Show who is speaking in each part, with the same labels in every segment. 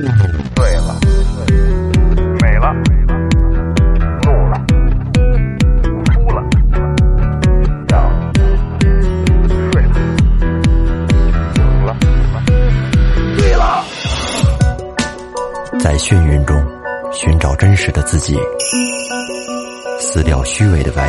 Speaker 1: 了，美了，怒了，哭了，笑了，睡了，醒了，醉了。
Speaker 2: 在眩晕中寻找真实的自己，撕掉虚伪的外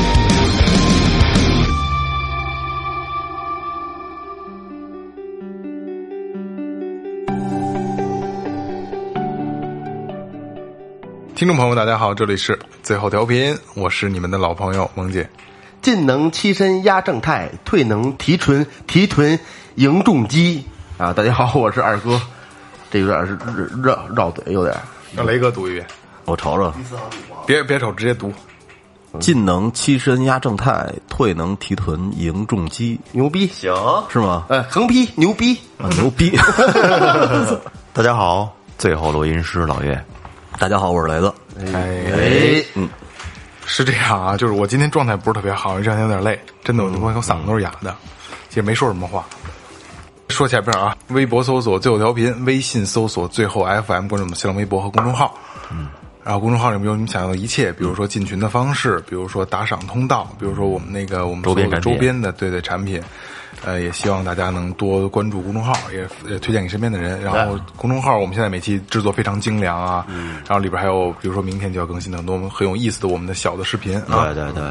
Speaker 3: 听众朋友，大家好，这里是最后调频，我是你们的老朋友萌姐。
Speaker 4: 进能欺身压正太，退能提唇提臀迎重击啊！大家好，我是二哥，这有点儿绕绕绕嘴，有点儿
Speaker 3: 让雷哥读一遍，
Speaker 5: 我瞅瞅，
Speaker 3: 别别瞅，直接读。
Speaker 5: 进能欺身压正太，退能提臀迎重击，
Speaker 4: 牛逼，哎
Speaker 6: 行，
Speaker 5: 是吗？
Speaker 4: 呃，横批牛逼，
Speaker 5: 啊，哦 牛逼！
Speaker 6: 大家好，最后录音师老岳，
Speaker 5: 大家好，我是雷子。
Speaker 4: 哎，
Speaker 3: 是这样啊，就是我今天状态不是特别好，这两天有点累，真
Speaker 6: 嗯
Speaker 3: 的，我我我嗓子都是哑的，也没说什么话。说前边啊，微博搜索最后调频，微信搜索最后 FM，关注我们新浪微博和公众号。嗯，然后公众号里面有你们想要的一切，比如说进群的方式，比如说打赏通道，比如说我们那个我们
Speaker 6: 周边
Speaker 3: 所有的
Speaker 6: 产品
Speaker 3: 周边的对对产品。呃，也希望大家能多关注公众号，也也推荐给身边的人。然后公众号我们现在每期制作非常精良啊，然后里边还有比如说明天就要更新的很多很有意思的我们的小的视频啊，
Speaker 6: 对对对，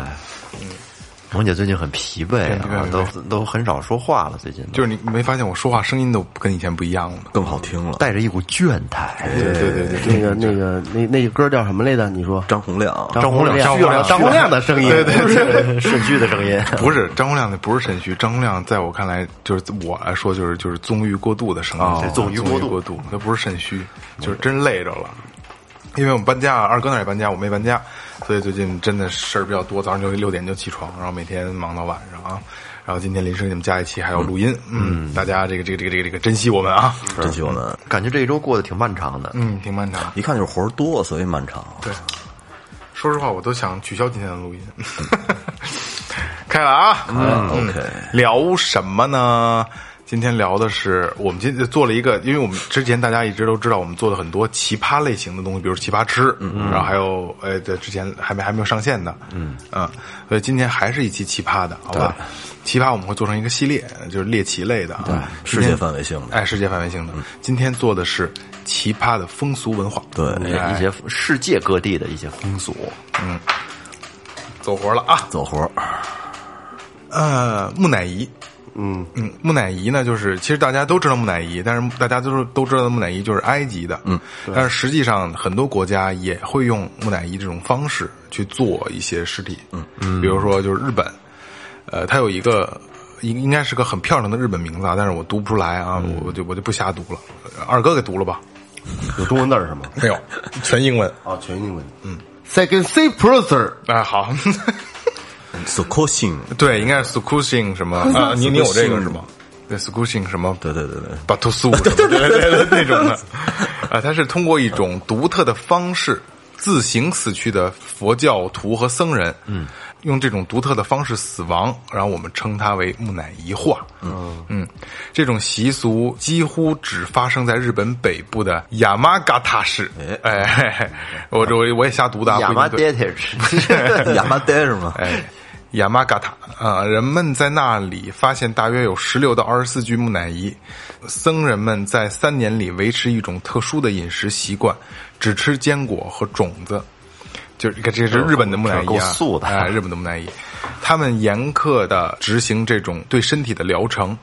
Speaker 6: 萌姐最近很疲惫
Speaker 3: 对
Speaker 6: 啊，
Speaker 3: 对
Speaker 6: 都
Speaker 3: 对
Speaker 6: 都很少说话了，最近
Speaker 3: 就是你没发现我说话声音都跟以前不一样了吗？
Speaker 5: 更好听了，
Speaker 6: 带着一股倦态。
Speaker 3: 对对对对，
Speaker 4: 那个那个那那个歌叫什么来着？你说
Speaker 5: 张洪亮，
Speaker 4: 张洪
Speaker 3: 张洪亮
Speaker 4: 亮，张洪亮的声音，对对对，
Speaker 6: 肾虚的声音，
Speaker 3: 不是张洪亮，那不是肾虚。张洪亮在我看来，就是我来说，就是就是纵欲过度的声音，
Speaker 6: 对纵欲过
Speaker 3: 过
Speaker 6: 度
Speaker 3: 度，那不是肾虚，就是真累着了。因为我们搬家，二哥那儿也搬家，我没搬家，所以最近真的事儿比较多，早上就六点就起床，然后每天忙到晚上啊。然后今天临时给你们加一期，还要录音，嗯，大家这个这个这个这个这个珍惜我们啊，
Speaker 5: 真喜欢的。
Speaker 6: 感觉这一周过得挺漫长的。
Speaker 3: 嗯，挺漫长。
Speaker 5: 一看就是活儿多，所以漫长。
Speaker 3: 对，说实话，我都想取消今天的录音。 开了啊，嗯
Speaker 5: OK，
Speaker 3: 聊什么呢？今天聊的是我们今天做了一个，因为我们之前大家一直都知道，我们做了很多奇葩类型的东西，比如奇葩吃，嗯、然后还有呃，对，之前还没还没有上线的，嗯所以今天还是一期奇葩的，好吧？奇葩我们会做成一个系列，就是猎奇类的啊，今
Speaker 5: 世
Speaker 3: 天
Speaker 5: 界范围性的，嗯
Speaker 3: 哎，世界范围性的。今天做的是奇葩的风俗文化，
Speaker 5: 对
Speaker 3: 哎
Speaker 6: 一些世界各地的一些风俗，
Speaker 3: 走活了啊！
Speaker 5: 走活儿。
Speaker 3: 呃，木乃伊，
Speaker 4: 嗯
Speaker 3: 嗯，木乃伊呢，就是其实大家都知道木乃伊，但是大家都是都知道的木乃伊就是埃及的，嗯，但是实际上很多国家也会用木乃伊这种方式去做一些尸体，嗯嗯，比如说就是日本，呃，它有一个应应该是个很漂亮的日本名字啊，但是我读不出来啊，我我就我就不瞎读了，二哥给读了吧，
Speaker 4: 有中文字儿是吗？
Speaker 3: 没有，全英文，
Speaker 4: 啊，全英文，嗯，Second C Producer，
Speaker 3: 啊，好，
Speaker 5: So coaching，
Speaker 3: 对，应该是 s c o o s h i n g 什么啊，你你有这个是吗？对 s c o o s h i n g 什么？
Speaker 5: 对对对对，
Speaker 3: 巴图苏，对对对对那种 的，啊，它是通过一种独特的方式，自行死去的佛教徒和僧人，嗯，用这种独特的方式死亡，然后我们称它为木乃伊化，嗯嗯，这种习俗几乎只发生在日本北部的雅马嘎塔市，哎，嘿嘿我这我我也瞎读的啊，
Speaker 6: 亚
Speaker 3: 不一
Speaker 6: 麻
Speaker 3: 定对
Speaker 6: 爹爹
Speaker 5: 亚麻呆是吗？
Speaker 3: 哎，雅马嘎塔啊，人们在那里发现大约有十六到二十四具木乃伊。僧人们在三年里维持一种特殊的饮食习惯，只吃坚果和种子。就是这是日本的木乃
Speaker 6: 这
Speaker 3: 伊
Speaker 6: 够
Speaker 3: 啊，
Speaker 6: 素的
Speaker 3: 哎，日本的木乃伊，他们严苛的执行这种对身体的疗程，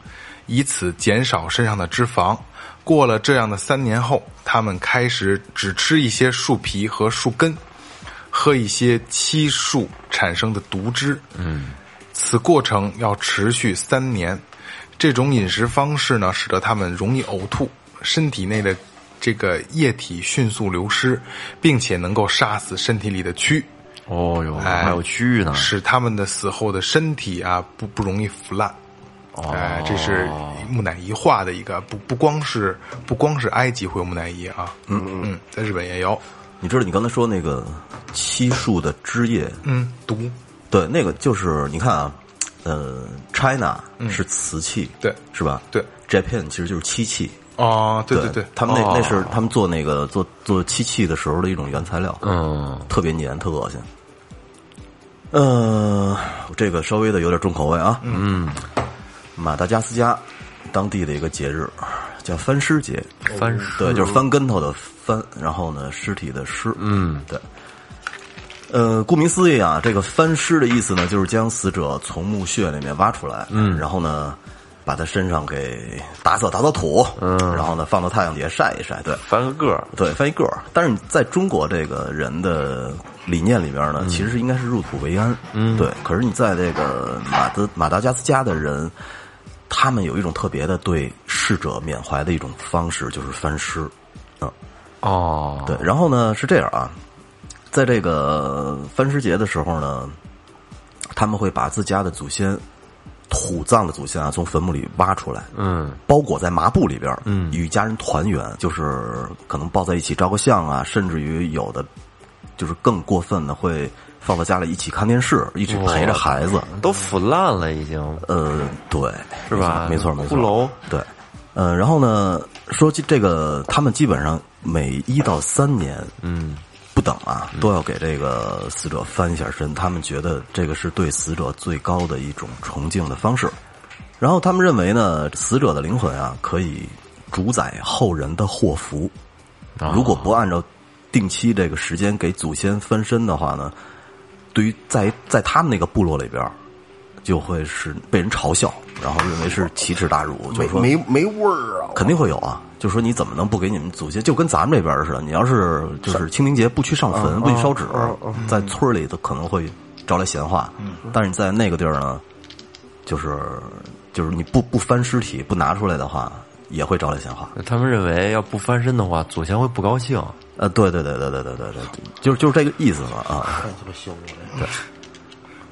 Speaker 3: 以此减少身上的脂肪。过了这样的三年后，他们开始只吃一些树皮和树根，喝一些漆树产生的毒汁。嗯，此过程要持续三年。这种饮食方式呢，使得他们容易呕吐，身体内的这个液体迅速流失，并且能够杀死身体里的蛆，
Speaker 6: 哦哟，
Speaker 3: 哎
Speaker 6: 还有区域呢，
Speaker 3: 使他们的死后的身体啊不不容易腐烂。哎，这是木乃伊化的一个，不不光是不光是埃及会有木乃伊啊，嗯嗯，在日本也有，
Speaker 5: 你知道你刚才说那个漆树的枝叶，
Speaker 3: 嗯，毒，
Speaker 5: 对，那个就是你看啊，呃，China 是瓷器，
Speaker 3: 对
Speaker 5: 是吧？
Speaker 3: 对
Speaker 5: ，Japan 其实就是漆器。
Speaker 3: 哦，对对对，
Speaker 5: 他们那、那是他们做那个做做漆器的时候的一种原材料，
Speaker 6: 嗯，
Speaker 5: 特别黏，特恶心。呃，这个稍微的有点重口味啊。嗯，马达加斯加当地的一个节日叫翻尸节，
Speaker 6: 翻尸
Speaker 5: 对，就是翻跟头的翻，然后呢，尸体的尸，嗯，对。呃，顾名思义啊，这个翻尸的意思呢，就是将死者从墓穴里面挖出来，嗯，然后呢，把他身上给打扫打扫土，嗯，然后呢，放到太阳底下晒一晒，对，
Speaker 6: 翻个个儿，
Speaker 5: 对，翻一个儿。但是你在中国这个人的理念里边呢，其实应该是入土为安。嗯，对。可是你在这个马德马达加斯加的人，他们有一种特别的对逝者缅怀的一种方式，就是翻尸。嗯，
Speaker 6: 哦，
Speaker 5: 对，然后呢是这样啊，在这个翻尸节的时候呢，他们会把自家的祖先。土葬的祖先啊，从坟墓里挖出来，嗯，包裹在麻布里边，嗯，与家人团圆，就是可能抱在一起照个相啊，甚至于有的就是更过分的，会放到家里一起看电视，一起陪着孩子，
Speaker 6: 都腐烂了已经，
Speaker 5: 呃，对，
Speaker 6: 是吧
Speaker 5: 没错，没错，
Speaker 6: 骷髅，
Speaker 5: 对，呃，然后呢，说起这个，他们基本上每一到三年，嗯，不等啊，都要给这个死者翻一下身，他们觉得这个是对死者最高的一种崇敬的方式。然后他们认为呢，死者的灵魂啊，可以主宰后人的祸福。
Speaker 6: 哦啊
Speaker 5: 如果不按照定期这个时间给祖先翻身的话呢，对于在在他们那个部落里边儿，就会是被人嘲笑，然后认为是奇耻大辱，就是说
Speaker 4: 没没味儿啊！
Speaker 5: 肯定会有啊。就说你怎么能不给你们祖先？就跟咱们这边似的，你要是就是清明节不去上
Speaker 4: 嗯
Speaker 5: 坟，不去烧纸，在村里头可能会招来闲话。
Speaker 4: 嗯
Speaker 5: 但是你在那个地儿呢，就是就是你不不翻尸体不拿出来的话，也会招来闲话。
Speaker 6: 他们认为要不翻身的话，祖先会不高兴。
Speaker 5: 呃，对对对对对对对对，就是就是这个意思嘛啊。
Speaker 4: 太他妈凶了！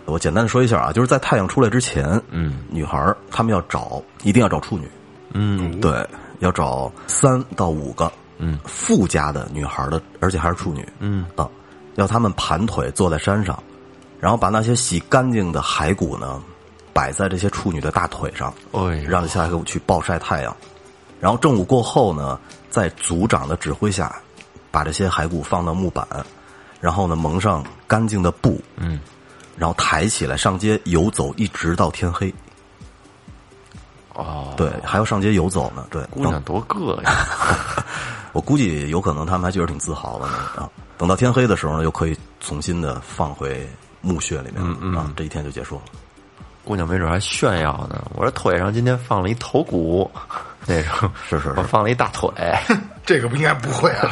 Speaker 5: 我简单的说一下啊，就是在太阳出来之前，嗯，女孩儿她们要找，一定要找处女，嗯，对，要找三到五个，嗯，富家的女孩儿的，而且还是处女，嗯啊，要她们盘腿坐在山上，然后把那些洗干净的骸骨呢，摆在这些处女的大腿上，
Speaker 6: 哎呦
Speaker 5: 让这些骸骨去暴晒太阳，然后正午过后呢，在族长的指挥下，把这些骸骨放到木板，然后呢蒙上干净的布，嗯，然后抬起来上街游走，一直到天黑。
Speaker 6: 哦，
Speaker 5: 对，还要上街游走呢。对，
Speaker 6: 姑
Speaker 5: 等
Speaker 6: 娘多膈应。啊
Speaker 5: 我估计有可能他们还觉得挺自豪的呢。啊，等到天黑的时候呢，又可以重新的放回墓穴里面。嗯嗯啊，这一天就结束了。
Speaker 6: 姑娘没准还炫耀呢，我这腿上今天放了一头骨，那 种
Speaker 5: 是是是
Speaker 6: 我放了一大 腿，
Speaker 3: 这个不应该不会 啊，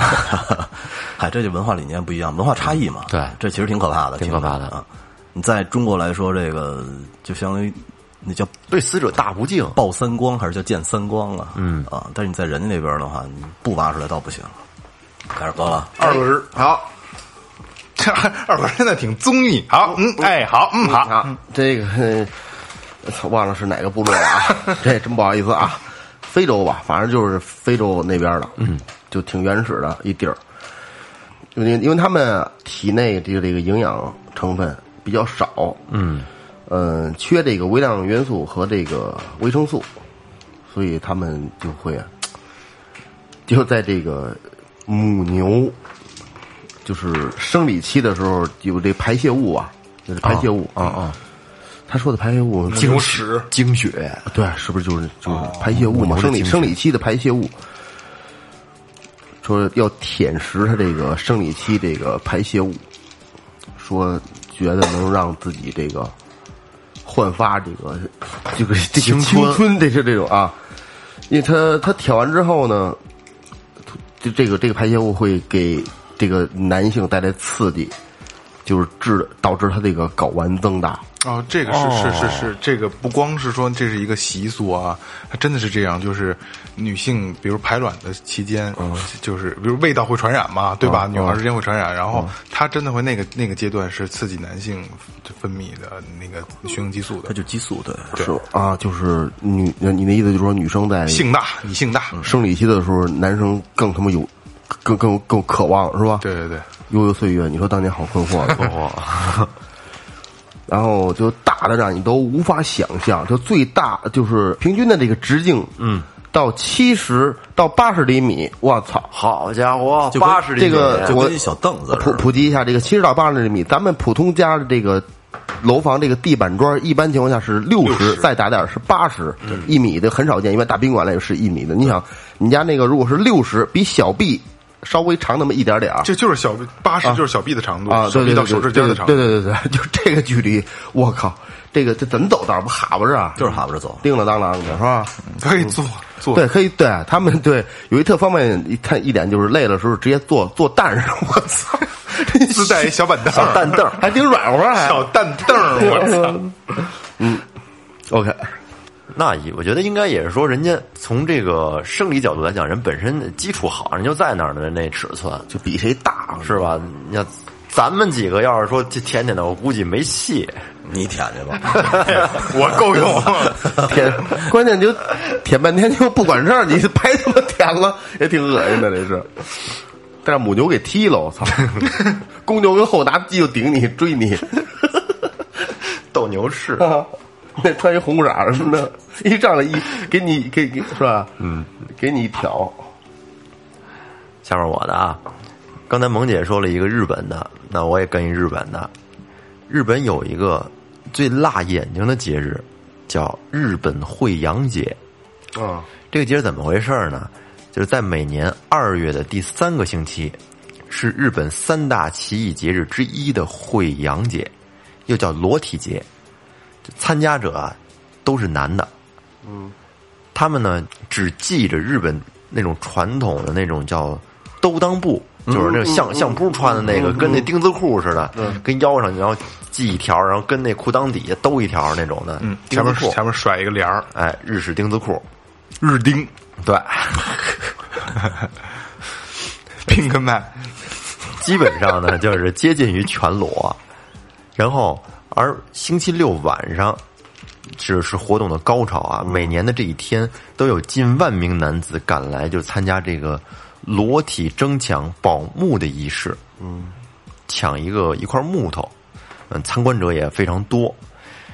Speaker 5: 嗨，哎这就文化理念不一样，文化差异
Speaker 4: 嗯
Speaker 5: 嘛。
Speaker 6: 对
Speaker 5: 这其实挺可怕的，
Speaker 6: 挺可怕的
Speaker 5: 啊。你在中国来说，这个就相当于那叫
Speaker 6: 对死者大不敬。
Speaker 5: 爆三光还是叫见三光啊？嗯啊，但是你在人家那边的话，你不挖出来倒不行。开始播了，
Speaker 3: 二轮儿好。 这二轮儿真的挺综艺，好，嗯，哎，好，嗯，好，
Speaker 4: 啊，这个 呃操忘了是哪个部落了啊，这真不好意思啊。非洲吧，反正就是非洲那边的，嗯，就挺原始的一地儿。因为因为他们体内这个这个营养成分比较少，嗯，呃，缺这个微量元素和这个维生素，所以他们就会啊就在这个母牛就是生理期的时候有这排泄物啊，就是排泄物啊啊。他说的排泄物，
Speaker 3: 牛屎，
Speaker 6: 精血，
Speaker 4: 对，是不是就是就是排泄物嘛？生理生理哦期的排泄物，说要舔食它这个生理期这个排泄物，说觉得能让自己这个焕发这个这个这个青春，这是这种啊，因为它它舔完之后呢，就这个这个排泄物会给这个男性带来刺激，就是致导致他这个睾丸增大。
Speaker 3: 哦，这个是是是是，这个不光是说这是一个习俗啊，它真的是这样，就是女性，比如排卵的期间，就是比如味道会传染嘛，对吧？女孩之间会传染，然后它真的会那个那个阶段是刺激男性分泌的那个雄性激素
Speaker 5: 它
Speaker 3: 的，
Speaker 5: 就激素对，
Speaker 4: 是啊，就是女，你的意思就是说女生在
Speaker 3: 性大，你性大，
Speaker 4: 生理期的时候，男生更他妈有，更更更渴望是吧？
Speaker 3: 对对对，
Speaker 4: 悠悠岁月，你说当年好困惑啊，困惑。然后就大的让你都无法想象，就最大就是平均的这个直径，嗯，到七十到八十厘米，我操！
Speaker 6: 好家伙，
Speaker 5: 就跟
Speaker 6: 八十厘
Speaker 4: 这
Speaker 6: 米，
Speaker 4: 个
Speaker 5: 就
Speaker 4: 我
Speaker 5: 跟一小凳子似
Speaker 4: 普
Speaker 5: 的。
Speaker 4: 普及一下，这个七十到八十厘米，咱们普通家的这个楼房这个地板砖，一般情况下是六十，再打点儿是八十，一米的很少见，一般大宾馆里是一米的。你想，你家那个如果是六十，比小臂稍微长那么一点点儿。
Speaker 3: 这就是小八十就是小臂的长度，
Speaker 4: 啊，
Speaker 3: 小
Speaker 4: 对
Speaker 3: 臂
Speaker 4: 对
Speaker 3: 到
Speaker 4: 对
Speaker 3: 手
Speaker 4: 对
Speaker 3: 指
Speaker 4: 对
Speaker 3: 尖的
Speaker 4: 对
Speaker 3: 长
Speaker 4: 对
Speaker 3: 度，
Speaker 4: 对对，就这个距离，我靠，这个这怎么走道儿不哈巴着啊？
Speaker 5: 就是哈巴着走
Speaker 4: 叮了当啷的是吧？嗯
Speaker 3: 可以坐坐
Speaker 4: 对，可以，对他们对有一特方便，一看一点就是累了时候直接坐坐蛋上，我操，
Speaker 3: 自带一小板凳，
Speaker 4: 小蛋凳儿还挺软和啊儿还，
Speaker 3: 小蛋凳儿，我操！
Speaker 4: OK，
Speaker 6: 那也我觉得应该也是说，人家从这个生理角度来讲，人本身基础好，人就在那儿呢，那尺寸
Speaker 4: 就比谁大啊
Speaker 6: 是吧？你看咱们几个要是说这舔舔的，我估计没戏。
Speaker 5: 你舔去吧，
Speaker 3: 我够用，
Speaker 4: 舔，关键就舔半天就不管事儿，你白他妈舔了，也挺恶心的这是。但是母牛给踢了，我操！公牛跟后拿鸡就顶你追你，
Speaker 6: 斗牛 士，
Speaker 4: 那穿一红裤衩什么的，一上来一给你给给是吧？嗯，给你一挑，
Speaker 6: 下面我的啊，刚才萌姐说了一个日本的，那我也跟一日本的。日本有一个最辣眼睛的节日，叫日本惠阳节。
Speaker 4: 啊，
Speaker 6: 这个节是怎么回事儿呢？就是在每年二月的第三个星期，是日本三大奇异节日之一的惠阳节，又叫裸体节。参加者啊，都是男的。嗯，他们呢只系着日本那种传统的那种叫兜裆布，就是那个相相扑穿的那个，跟那钉子裤似的，跟腰上然后系一条，然后跟那裤裆底下兜一条那种的。
Speaker 3: 嗯，
Speaker 6: 钉
Speaker 3: 前
Speaker 6: 子
Speaker 3: 面
Speaker 6: 裤，
Speaker 3: 前面甩一个帘儿，
Speaker 6: 哎，日式钉子裤。
Speaker 3: 日钉
Speaker 6: 对，
Speaker 3: 拼个麦，
Speaker 6: 基本上呢就是接近于全裸，然后而星期六晚上是是活动的高潮啊，每年的这一天都有近万名男子赶来，就参加这个裸体争抢宝木的仪式，嗯，抢一个一块木头，嗯，参观者也非常多。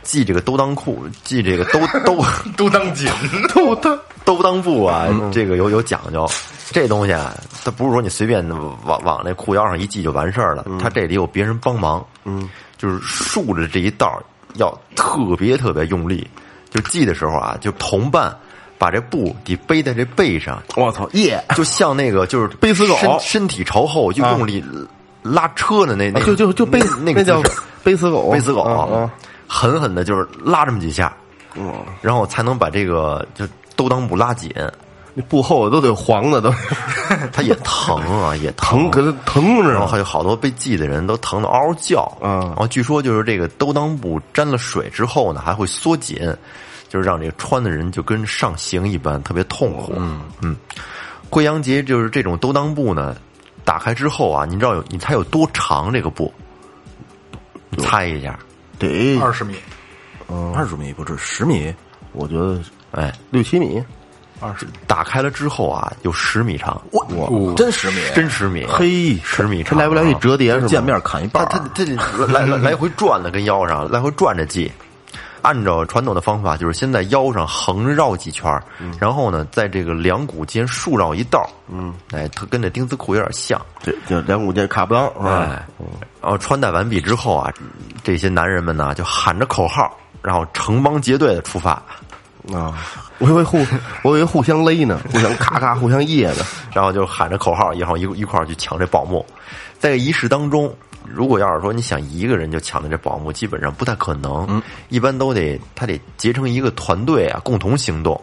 Speaker 6: 系这个兜裆裤，系这个兜 兜
Speaker 3: 都当紧，
Speaker 6: 兜裆兜裆布啊，
Speaker 4: 嗯
Speaker 6: 这个有有讲究。这东西啊，它不是说你随便往往那裤腰上一系就完事儿了，
Speaker 4: 嗯
Speaker 6: 它这里有别人帮忙，嗯，就是竖着这一道儿要特别特别用力，就系的时候啊，就同伴把这布得背在这背 上，
Speaker 4: 我操耶！
Speaker 6: 就像那个就是
Speaker 4: 背死狗
Speaker 6: 身身体朝后就用力拉车的那那
Speaker 4: 啊就就就背
Speaker 6: 那个
Speaker 4: 叫
Speaker 6: 姿势
Speaker 4: 背死狗，
Speaker 6: 背死狗，
Speaker 4: 啊，
Speaker 6: 狠狠的就是拉这么几下，
Speaker 4: 嗯，
Speaker 6: 然后才能把这个就兜裆布拉紧。
Speaker 4: 那布后都得黄的都
Speaker 6: 他也疼啊，也疼，
Speaker 4: 疼，给它疼着
Speaker 6: 然后
Speaker 4: 呢。
Speaker 6: 还有好多被系的人都疼得嗷嗷叫。
Speaker 4: 嗯
Speaker 6: 然后据说就是这个兜裆布沾了水之后呢，还会缩紧，就是让这个穿的人就跟上刑一般，特别痛苦。嗯嗯，贵阳节就是这种兜裆布呢，打开之后啊，你知道有你猜有多长这个布？你猜一下，
Speaker 4: 得，
Speaker 3: 二十米，
Speaker 5: 二十米不是十米，
Speaker 4: 我觉得
Speaker 6: 哎，
Speaker 4: 六七米，
Speaker 3: 二十米，
Speaker 6: 打开了之后啊，有十米长，
Speaker 5: 我真十米，
Speaker 6: 真十米，
Speaker 5: 嘿
Speaker 6: 十米
Speaker 4: 它
Speaker 6: 长，啊
Speaker 4: 来不来去哦折叠是吧？啊
Speaker 5: 见面砍一半
Speaker 6: 他
Speaker 5: 儿，
Speaker 6: 他这来来来回转的跟腰上来回转着系，按照传统的方法，就是先在腰上横绕几圈儿，然后呢，在这个两股间竖绕一道，嗯，哎，它跟这钉子裤有点像，
Speaker 4: 这这两股间卡不当是吧？
Speaker 6: 哎，然后穿戴完毕之后啊，这些男人们呢就喊着口号，然后成帮结队的出发，
Speaker 4: 啊，我以为互，我以为互相勒呢，互相咔咔，互相噎的。
Speaker 6: 然后就喊着口号，然后一一块儿去抢这宝木。在这个仪式当中，如果要是说你想一个人就抢的这宝木，基本
Speaker 4: 嗯
Speaker 6: 上不太可能，一般都得他得结成一个团队啊，共同行动。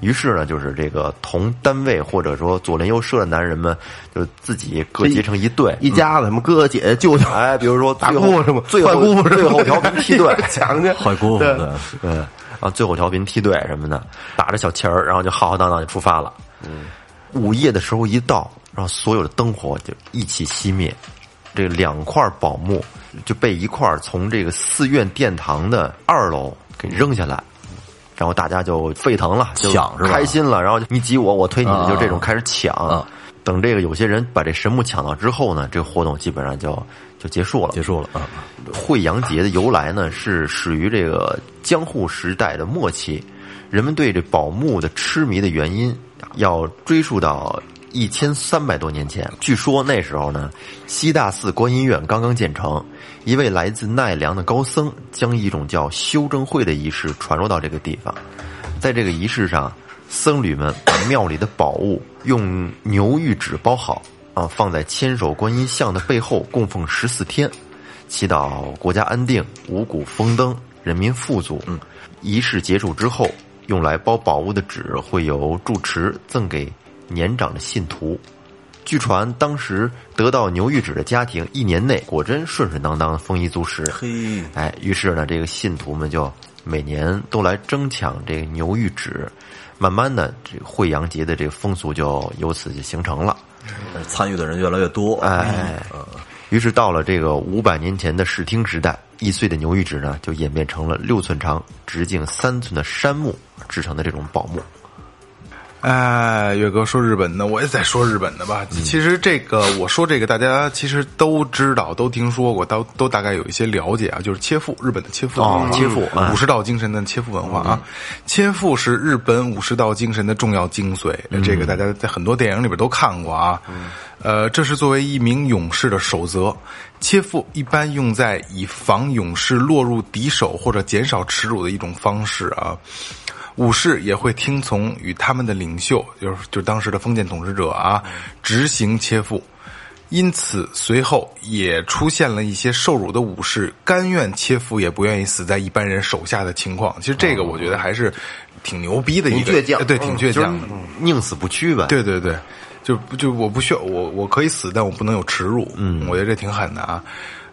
Speaker 6: 于是呢，就是这个同单位或者说左邻右舍的男人们，就自己各结成一队，
Speaker 4: 一家子什么哥哥姐姐舅舅，
Speaker 6: 哎，比如说
Speaker 4: 大
Speaker 6: 最
Speaker 4: 姑
Speaker 6: 后
Speaker 4: 父什么，
Speaker 6: 最
Speaker 4: 坏
Speaker 6: 后
Speaker 4: 姑父什么，
Speaker 6: 最后调频梯队
Speaker 4: 强去，
Speaker 5: 坏姑父
Speaker 4: 对
Speaker 5: 的，
Speaker 6: 嗯，啊，最后调频梯队什么的，打着小旗儿，然后就浩浩荡荡就出发了。嗯，午夜的时候一到，然后所有的灯火就一起熄灭，这两块宝木就被一块儿从这个寺院殿堂的二楼给扔下来。然后大家就沸腾了，就
Speaker 5: 嗯抢是吧
Speaker 6: 开心了，然后就你挤我，我推你
Speaker 5: 啊
Speaker 6: 的，就这种开始抢。
Speaker 5: 啊
Speaker 6: 等这个有些人把这神木抢到之后呢，这个活动基本上就就结束了。
Speaker 5: 结束了啊，
Speaker 6: 惠阳节的由来呢，是始于这个江户时代的末期，人们对这宝木的痴迷的原因，要追溯到一千三百多年前。据说那时候呢，西大寺观音院刚刚建成，一位来自奈良的高僧将一种叫修正会的仪式传入到这个地方，在这个仪式上，僧侣们把庙里的宝物用牛玉纸包好。啊，放在千手观音像的背后供奉十四天，祈祷国家安定、五谷丰登、人民富足。仪式结束之后，用来包宝物的纸会由住持赠给年长的信徒。据传，当时得到牛玉纸的家庭，一年内果真顺顺当当、丰衣足食。
Speaker 5: 嘿，
Speaker 6: 哎，于是呢，这个信徒们就每年都来争抢这个牛玉纸，慢慢的，这个惠阳节的这个风俗就由此就形成了。
Speaker 5: 参与的人越来越多，
Speaker 6: 哎，于是到了这个五百年前的视听时代，易碎的牛玉纸呢，就演变成了六寸长、直径三寸的杉木制成的这种宝木。
Speaker 3: 哎，岳哥说日本的，我也在说日本的吧。
Speaker 6: 嗯
Speaker 3: 其实这个我说这个，大家其实都知道，都听说过，都都大概有一些了解啊。就是切腹，日本的切腹文化，
Speaker 6: 哦切腹嗯哎
Speaker 3: 武士道精神的切腹文化啊。切腹是日本武士道精神的重要精髓，这
Speaker 6: 嗯
Speaker 3: 个大家在很多电影里边都看过啊。呃，这是作为一名勇士的守则。切腹一般用在以防勇士落入敌手或者减少耻辱的一种方式啊。武士也会听从与他们的领袖，就是就是当时的封建统治者啊，
Speaker 4: 嗯
Speaker 3: 执行切腹。因此，随后也出现了一些受辱的武士甘愿切腹，也不愿意死在一般人手下的情况。其实这个我觉得还是挺牛逼的一个，
Speaker 4: 哦挺倔强嗯
Speaker 3: 对，挺倔强的。
Speaker 6: 宁死不屈呗。，
Speaker 3: 对对对，就就我不需要我我可以死，但我不能有耻辱。嗯，我觉得这挺狠的啊。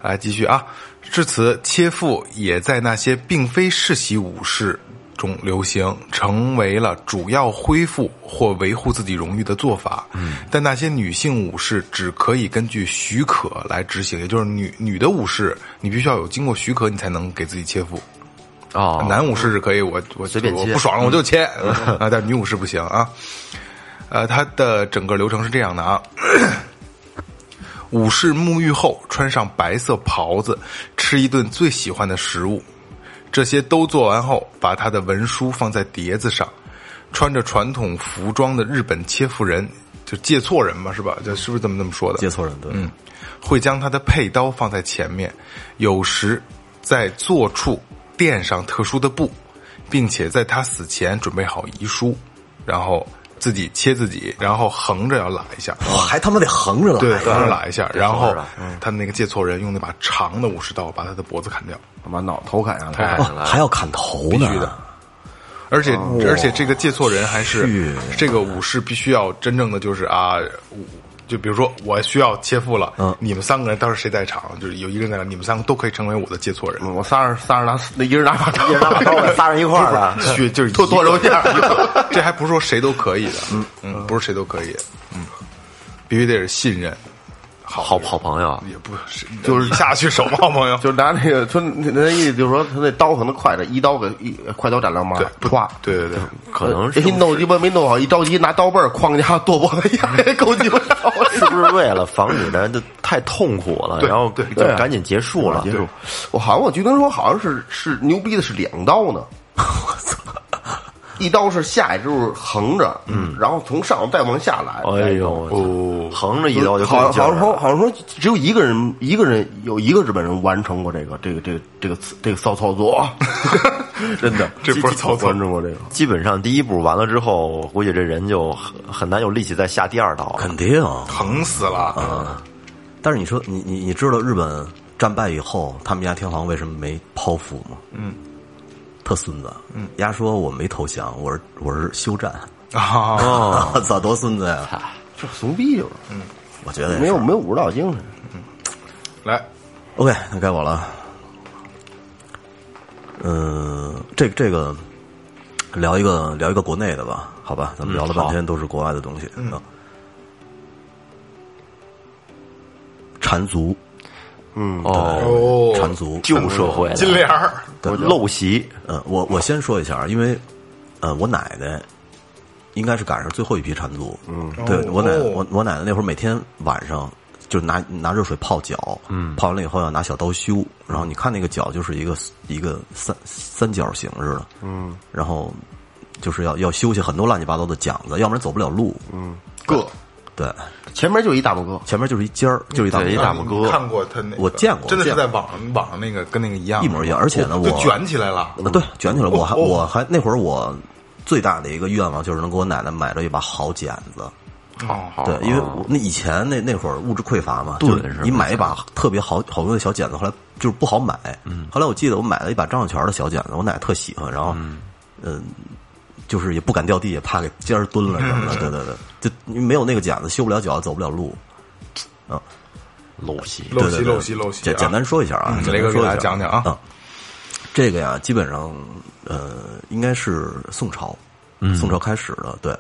Speaker 3: 来继续啊，至此切腹也在那些并非世袭武士中流行，成为了主要恢复或维护自己荣誉的做法。嗯，但那些女性武士只可以根据许可来执行，也就是女女的武士，你必须要有经过许可，你才能给自己切腹。
Speaker 6: 哦，
Speaker 3: 男武士是可以，我我
Speaker 6: 随便
Speaker 3: 我
Speaker 6: 切嗯
Speaker 3: 不爽了我就切 啊，但女武士不行啊。呃，它的整个流程是这样的啊。 武士沐浴后穿上白色袍子，吃一顿最喜欢的食物。这些都做完后，把他的文书放在碟子上。穿着传统服装的日本切腹人，就借错人嘛，是吧？这是不是这么这么说的？
Speaker 5: 接错人对，
Speaker 3: 嗯，会将他的佩刀放在前面，有时在坐处垫上特殊的布，并且在他死前准备好遗书，然后自己切自己，然后横着要拉一下。
Speaker 5: 哇，还他妈得横着来，哎
Speaker 3: 对，横着拉一下，然
Speaker 6: 横
Speaker 3: 后
Speaker 6: 着拉
Speaker 3: 他们那个借错人用那把长的武士刀把他的脖子砍掉，
Speaker 4: 把脑头砍下来，
Speaker 3: 哎
Speaker 5: 哇，哦还要砍头呢，
Speaker 3: 必须的而且而且这个借错人还是
Speaker 5: 去
Speaker 3: 这个武士必须要真正的就是啊，我就比如说我需要切腹了，
Speaker 5: 嗯
Speaker 3: 你们三个人当时谁在场，就是有一个人在场，你们三个都可以成为我的借错人。
Speaker 4: 嗯我仨人仨人拿那一人拿把刀，
Speaker 6: 拿把 刀仨人一块儿了。
Speaker 3: 去就是
Speaker 4: 剁剁肉馅儿，
Speaker 3: 这还不是说谁都可以的，嗯嗯，不是谁都可以，嗯，必须得是信任，好
Speaker 6: 好好朋友，
Speaker 3: 也不是就是下去手吧，好朋友，
Speaker 4: 就拿那个，就那意思就是说，他那刀可能快点，一刀给一快刀斩乱麻
Speaker 3: 对，，不
Speaker 4: 歘，
Speaker 3: 对对对，
Speaker 6: 可能是嗯
Speaker 4: 人家哎弄鸡巴没弄好，一着急拿刀背儿哐家剁脖子，呀， 够鸡巴刀！
Speaker 6: 是不是为了防止大家太痛苦了，然后就
Speaker 4: 啊对
Speaker 6: 赶紧结束了？
Speaker 4: 结束。我好像我记得说，好像是是牛逼的是两刀呢。 我操！一刀是下，就是横着，嗯，然后从上往再往下来。
Speaker 6: 哎呦，我操横着一刀就
Speaker 4: 哦好，好
Speaker 6: 更劲儿
Speaker 4: 像
Speaker 6: 了
Speaker 4: 说，好像说，只有一个人，一个人有一个日本人完成过这个，这个，这个，这个，这个骚操 作，真的，
Speaker 3: 这不是操作
Speaker 4: 完成过这个。
Speaker 6: 基本上第一步完了之后，我估计这人就很很难有力气再下第二刀了。
Speaker 5: 肯定。啊
Speaker 3: 疼死了，
Speaker 5: 但是你说，你你你知道日本战败以后，他们家天皇为什么没剖腹吗？嗯，特孙子，嗯，丫说我没投降，我是我是休战，
Speaker 3: 啊，
Speaker 5: 哦，操，多孙子呀！
Speaker 4: 这怂逼就是，
Speaker 5: 我觉得也
Speaker 4: 没有
Speaker 5: 是
Speaker 4: 没有武道精神。
Speaker 3: 来，
Speaker 5: OK，那该我了。啊呃，这这个聊一个聊一个国内的吧，嗯好吧，咱们聊了半天都是国外的东西。嗯，缠足，
Speaker 6: 哦，
Speaker 3: 哦
Speaker 5: 缠足，
Speaker 6: 旧社会
Speaker 3: 金
Speaker 6: 的
Speaker 3: 莲儿，
Speaker 6: 陋习，
Speaker 5: 呃，我我先说一下，啊因为呃，我奶奶应该是赶上最后一批缠足。嗯，对
Speaker 3: 哦
Speaker 5: 我奶我我奶奶那会儿每天晚上就拿拿热水泡脚，嗯，泡完了以后要拿小刀修，然后你看那个脚就是一个一个三三角形似的，嗯，然后就是要要修去很多乱七八糟的讲子，要不然走不了路。嗯，
Speaker 4: 哥，
Speaker 5: 对，
Speaker 4: 前面就是一大拇哥，
Speaker 5: 前面就是一尖儿，就是一大
Speaker 6: 对一
Speaker 5: 拇
Speaker 6: 大
Speaker 5: 哥
Speaker 6: 拇
Speaker 3: 你
Speaker 6: 哥
Speaker 3: 嗯看过他那个，
Speaker 5: 我见过
Speaker 3: 真的是
Speaker 5: 见过
Speaker 3: 在网上网上那个跟那个一样，
Speaker 5: 一模一样而且呢
Speaker 3: 就
Speaker 5: 我
Speaker 3: 卷起来了，
Speaker 5: 啊，对，卷起来。我还
Speaker 3: 哦哦
Speaker 5: 我还那会儿我最大的一个愿望就是能给我奶奶买着一把好剪子。
Speaker 3: 哦，
Speaker 5: 对，因为我那以前那那会儿物质匮乏嘛，就是
Speaker 6: 是
Speaker 5: 你买一把特别好好用的小剪子，后来就是不好买。后来我记得我买了一把张小泉的小剪子，我奶奶特喜欢，然后嗯、就是也不敢掉地，也怕给尖儿蹲了什么的。对对对，就没有那个剪子，修不了脚，走不了路。嗯
Speaker 6: 陋习，
Speaker 3: 陋
Speaker 5: 对
Speaker 3: 习
Speaker 5: 对对
Speaker 3: 陋习陋习，
Speaker 5: 简简单说一下啊，
Speaker 3: 嗯
Speaker 5: 简
Speaker 3: 雷
Speaker 5: 单
Speaker 3: 哥给
Speaker 5: 说一
Speaker 3: 大
Speaker 5: 下
Speaker 3: 家讲讲啊
Speaker 5: 嗯这个呀，基本上呃，应该是宋朝，
Speaker 3: 嗯
Speaker 5: 宋朝开始的，对。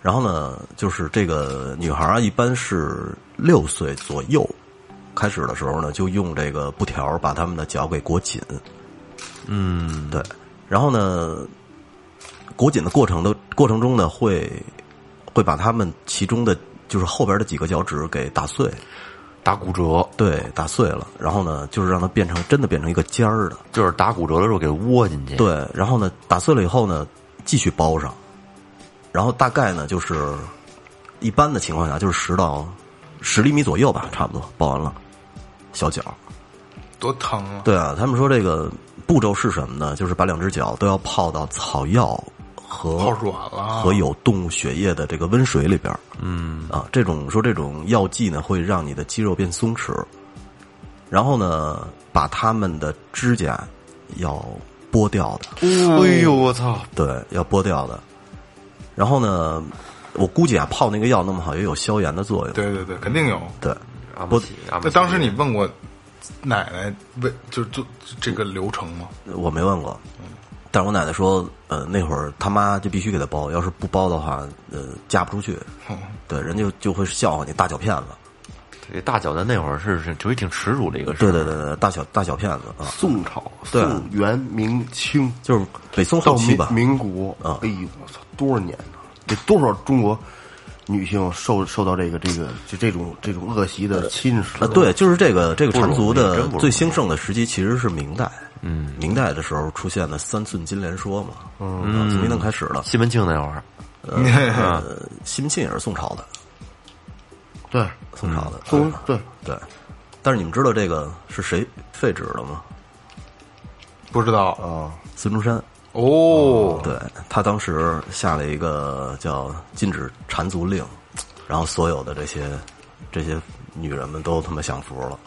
Speaker 5: 然后呢，就是这个女孩啊，一般是六岁左右开始的时候呢，就用这个布条把她们的脚给裹紧。嗯，对。然后呢，裹紧的过程的过程中呢，会会把她们其中的就是后边的几个脚趾给打碎。
Speaker 6: 打骨折，
Speaker 5: 对，打碎了，然后呢，就是让它变成真的变成一个尖儿的，
Speaker 6: 就是打骨折的时候给窝进去，，
Speaker 5: 对，然后呢，打碎了以后呢，继续包上，然后大概呢就是一般的情况下就是十到十厘米左右吧，差不多包完了，小脚，
Speaker 3: 多疼啊！
Speaker 5: 对啊，他们说这个步骤是什么呢？就是把两只脚都要泡到草药和
Speaker 3: 泡软了啊
Speaker 5: 和有动物血液的这个温水里边。嗯啊，这种说这种药剂呢，会让你的肌肉变松弛，然后呢，把他们的指甲要剥掉的，
Speaker 6: 哎呦我操，
Speaker 5: 对，要剥掉的。然后呢，我估计啊，泡那个药那么好，也有消炎的作用。
Speaker 3: 对对对，肯定有。
Speaker 5: 对，
Speaker 6: 阿
Speaker 5: 不
Speaker 6: 不起，阿不
Speaker 3: 那
Speaker 6: 起
Speaker 3: 当时你问过奶奶为就就这个流程吗？
Speaker 5: 我没问过，但是我奶奶说，呃，那会儿他妈就必须给她包，要是不包的话，呃，嫁不出去。对，人家就会笑话你大脚骗子。
Speaker 6: 这大脚的那会儿是是属于挺耻辱的一个事
Speaker 5: 对
Speaker 6: 儿，
Speaker 5: 对对对，大小大小骗子啊，
Speaker 4: 宋朝、
Speaker 5: 对啊
Speaker 4: 宋元明清
Speaker 5: 就是北宋
Speaker 4: 到
Speaker 5: 后期
Speaker 4: 民
Speaker 5: 吧。
Speaker 4: 民国
Speaker 5: 啊
Speaker 4: 哎呦，我操，多少年呢？这多少中国女性受受到这个这个就这种这种恶习的侵蚀
Speaker 5: 啊，对，就是这个这个
Speaker 6: 不容
Speaker 5: 缠
Speaker 6: 易
Speaker 5: 足
Speaker 6: 真
Speaker 5: 的
Speaker 6: 不容易
Speaker 5: 最兴盛的时期其实是明代，嗯，明代的时候出现的三寸金莲说嘛，嗯，从明代开始的，
Speaker 6: 西门庆那会儿，嗯
Speaker 5: 呃，西门庆也是宋朝的，
Speaker 4: 对，
Speaker 5: 宋朝
Speaker 6: 嗯
Speaker 5: 的，
Speaker 4: 宋对
Speaker 5: 对，但是你们知道这个是谁废止的吗？
Speaker 3: 不知道
Speaker 4: 嗯
Speaker 5: 孙中山，嗯
Speaker 3: 哦，
Speaker 5: 对他当时下了一个叫禁止缠足令，然后所有的这些这些女人们都他妈享福了。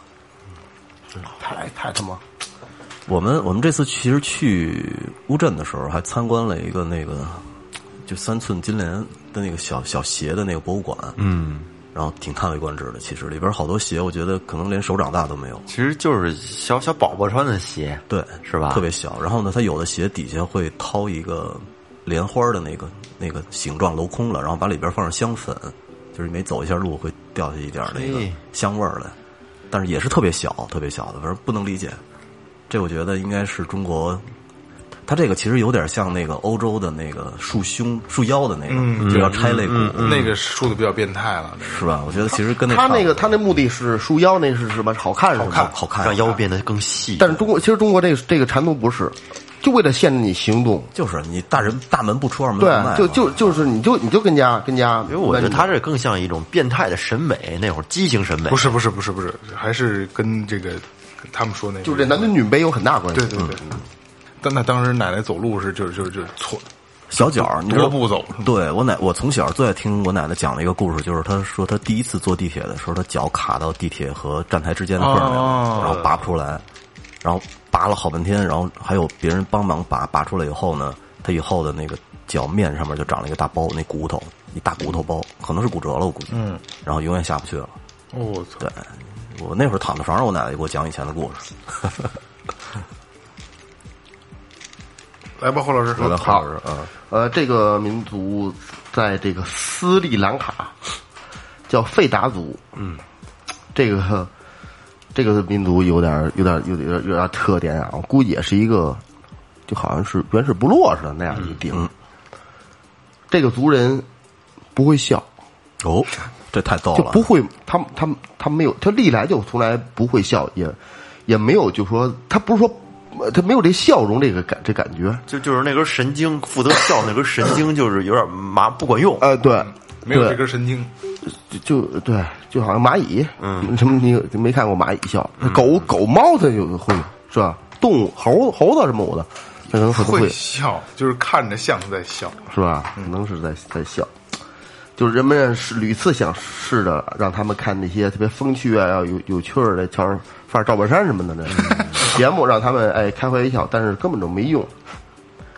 Speaker 4: 太太他妈
Speaker 5: 我们我们这次其实去乌镇的时候，还参观了一个那个就三寸金莲的那个小小鞋的那个博物馆，嗯，然后挺叹为观止的。其实里边好多鞋，我觉得可能连手掌大都没有，
Speaker 6: 其实就是小小宝宝穿的鞋，
Speaker 5: 对，
Speaker 6: 是吧
Speaker 5: 特别小。然后呢，它有的鞋底下会掏一个莲花的那个那个形状镂空了，然后把里边放上香粉，就是你每走一下路会掉下一点那个
Speaker 6: 嘿
Speaker 5: 香味儿来，但是也是特别小，特别小的，反正不能理解。这我觉得应该是中国，它这个其实有点像那个欧洲的那个束胸、束腰的那个，就要拆肋骨，
Speaker 4: 嗯
Speaker 3: 那个梳的比较变态了，那个
Speaker 5: 是吧？我觉得其实跟
Speaker 4: 他
Speaker 5: 那
Speaker 4: 那个他那目的是束腰，那是什么？好看是吧？好
Speaker 5: 看好看，
Speaker 6: 让腰变得更细，
Speaker 4: 但是中国其实中国这个这个缠足不是，就为了限制你行动。
Speaker 5: 就是你大人大门不出二门不迈嘛，
Speaker 4: 对，就就就是你就你就跟家跟家，
Speaker 6: 因
Speaker 4: 因
Speaker 6: 为我觉得他这更像一种变态的审美，那会儿畸形审美
Speaker 3: 不，是不是不是不是，还是跟这个他们说那个，
Speaker 4: 就是这男尊女嗯卑有很大关系。
Speaker 3: 对对对。但那当时奶奶走路是就就就错
Speaker 5: 小脚儿，你知
Speaker 3: 踱
Speaker 5: 道
Speaker 3: 步走，
Speaker 5: 对我奶，我从小最爱听我奶奶讲的一个故事，就是她说她第一次坐地铁的时候，她脚卡到地铁和站台之间的缝儿里了，
Speaker 3: 哦
Speaker 5: 然后拔不出来，然后拔了好半天，然后还有别人帮忙拔，拔出来以后呢，他以后的那个脚面上面就长了一个大包，那骨头一大骨头包，可能是骨折了，我估计，嗯，然后永远下不去了。
Speaker 3: 哦我操，
Speaker 5: 对我那会儿躺在床上，我奶奶给我讲以前的故事。
Speaker 3: 来吧，侯老师，
Speaker 5: 来吧嗯侯老师
Speaker 4: 啊，呃，这个民族在这个斯里兰卡叫费达族，嗯，这个这个民族有点有点有点有点有点特点啊，我估计也是一个就好像是原始部落似的那样一个地方。
Speaker 3: 嗯
Speaker 4: 这个族人不会笑，
Speaker 5: 哦，这太逗
Speaker 4: 就
Speaker 5: 了，
Speaker 4: 不会，他们他们他没有，他历来就从来不会笑，也也没有就说他不是说呃他没有这笑容这个感这感觉，
Speaker 6: 就就是那根神经负责笑，那根神经就是有点麻，不管用。
Speaker 4: 呃，对，
Speaker 3: 没有
Speaker 4: 对
Speaker 3: 这根神经，
Speaker 4: 就对，就好像蚂蚁，嗯，什么你有没看过蚂蚁笑？狗狗猫它有的会是吧？动物猴子猴子什么我的，它可能会
Speaker 3: 会
Speaker 4: 会
Speaker 3: 笑，就是看着像在笑。
Speaker 4: 是吧？可能是在在笑，就是人们是屡次想试着让他们看那些特别风趣啊、有有趣儿的乔尔范儿赵本山什么的那节目，让他们哎开怀一笑，但是根本就没用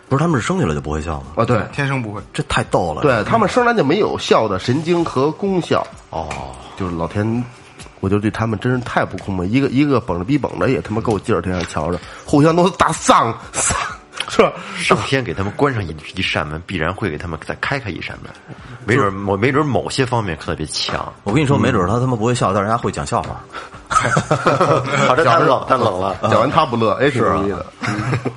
Speaker 5: 不是他们是生气了就不会笑吗？
Speaker 4: 啊！对
Speaker 3: 天生不会，
Speaker 5: 这太逗了，
Speaker 4: 对，他们生来就没有笑的神经和功效哦，就是老天。我就对他们真是太不公平，一个一个绷着逼绷着也他妈够劲儿，天天瞧着，互相都打丧 丧，是吧？
Speaker 6: 上天给他们关上一一扇门，必然会给他们再开开一扇门。没准某没准某些方面特别 强。
Speaker 5: 我跟你说，没准他他妈不会笑，但是人家会讲笑话。
Speaker 6: 好，这太冷太冷了
Speaker 4: 讲完他不乐，哎，挺有意思的。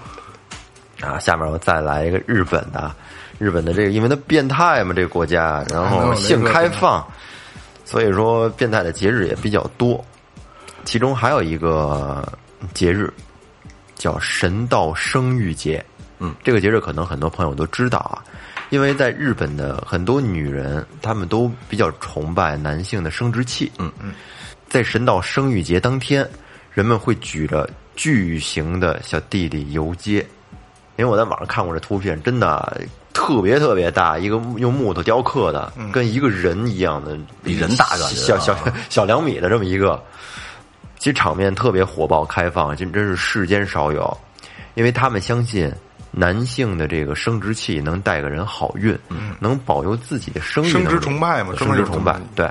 Speaker 6: 啊！下面我再来一个日本的啊，日本的这个，因为它变态嘛，这个国家，然后性开放，所以说变态的节日也比较多。其中还有一个节日叫神道生育节。嗯，这个节日可能很多朋友都知道啊，因为在日本的很多女人，她们都比较崇拜男性的生殖器。嗯嗯，在神道生育节当天，人们会举着巨型的小弟弟游街。因为我在网上看过这图片，真的特别特别大，一个用木头雕刻的，跟一个人一样的，
Speaker 5: 嗯比人大感觉啊
Speaker 6: 小小小两米的这么一个。其实场面特别火爆开放，这真是世间少有，因为他们相信男性的这个生殖器能带给人好运，能保佑自己的嗯生育能力。
Speaker 3: 生殖崇拜嘛专
Speaker 6: 生
Speaker 3: 门
Speaker 6: 殖
Speaker 3: 有
Speaker 6: 崇拜
Speaker 3: 这么一，
Speaker 6: 对。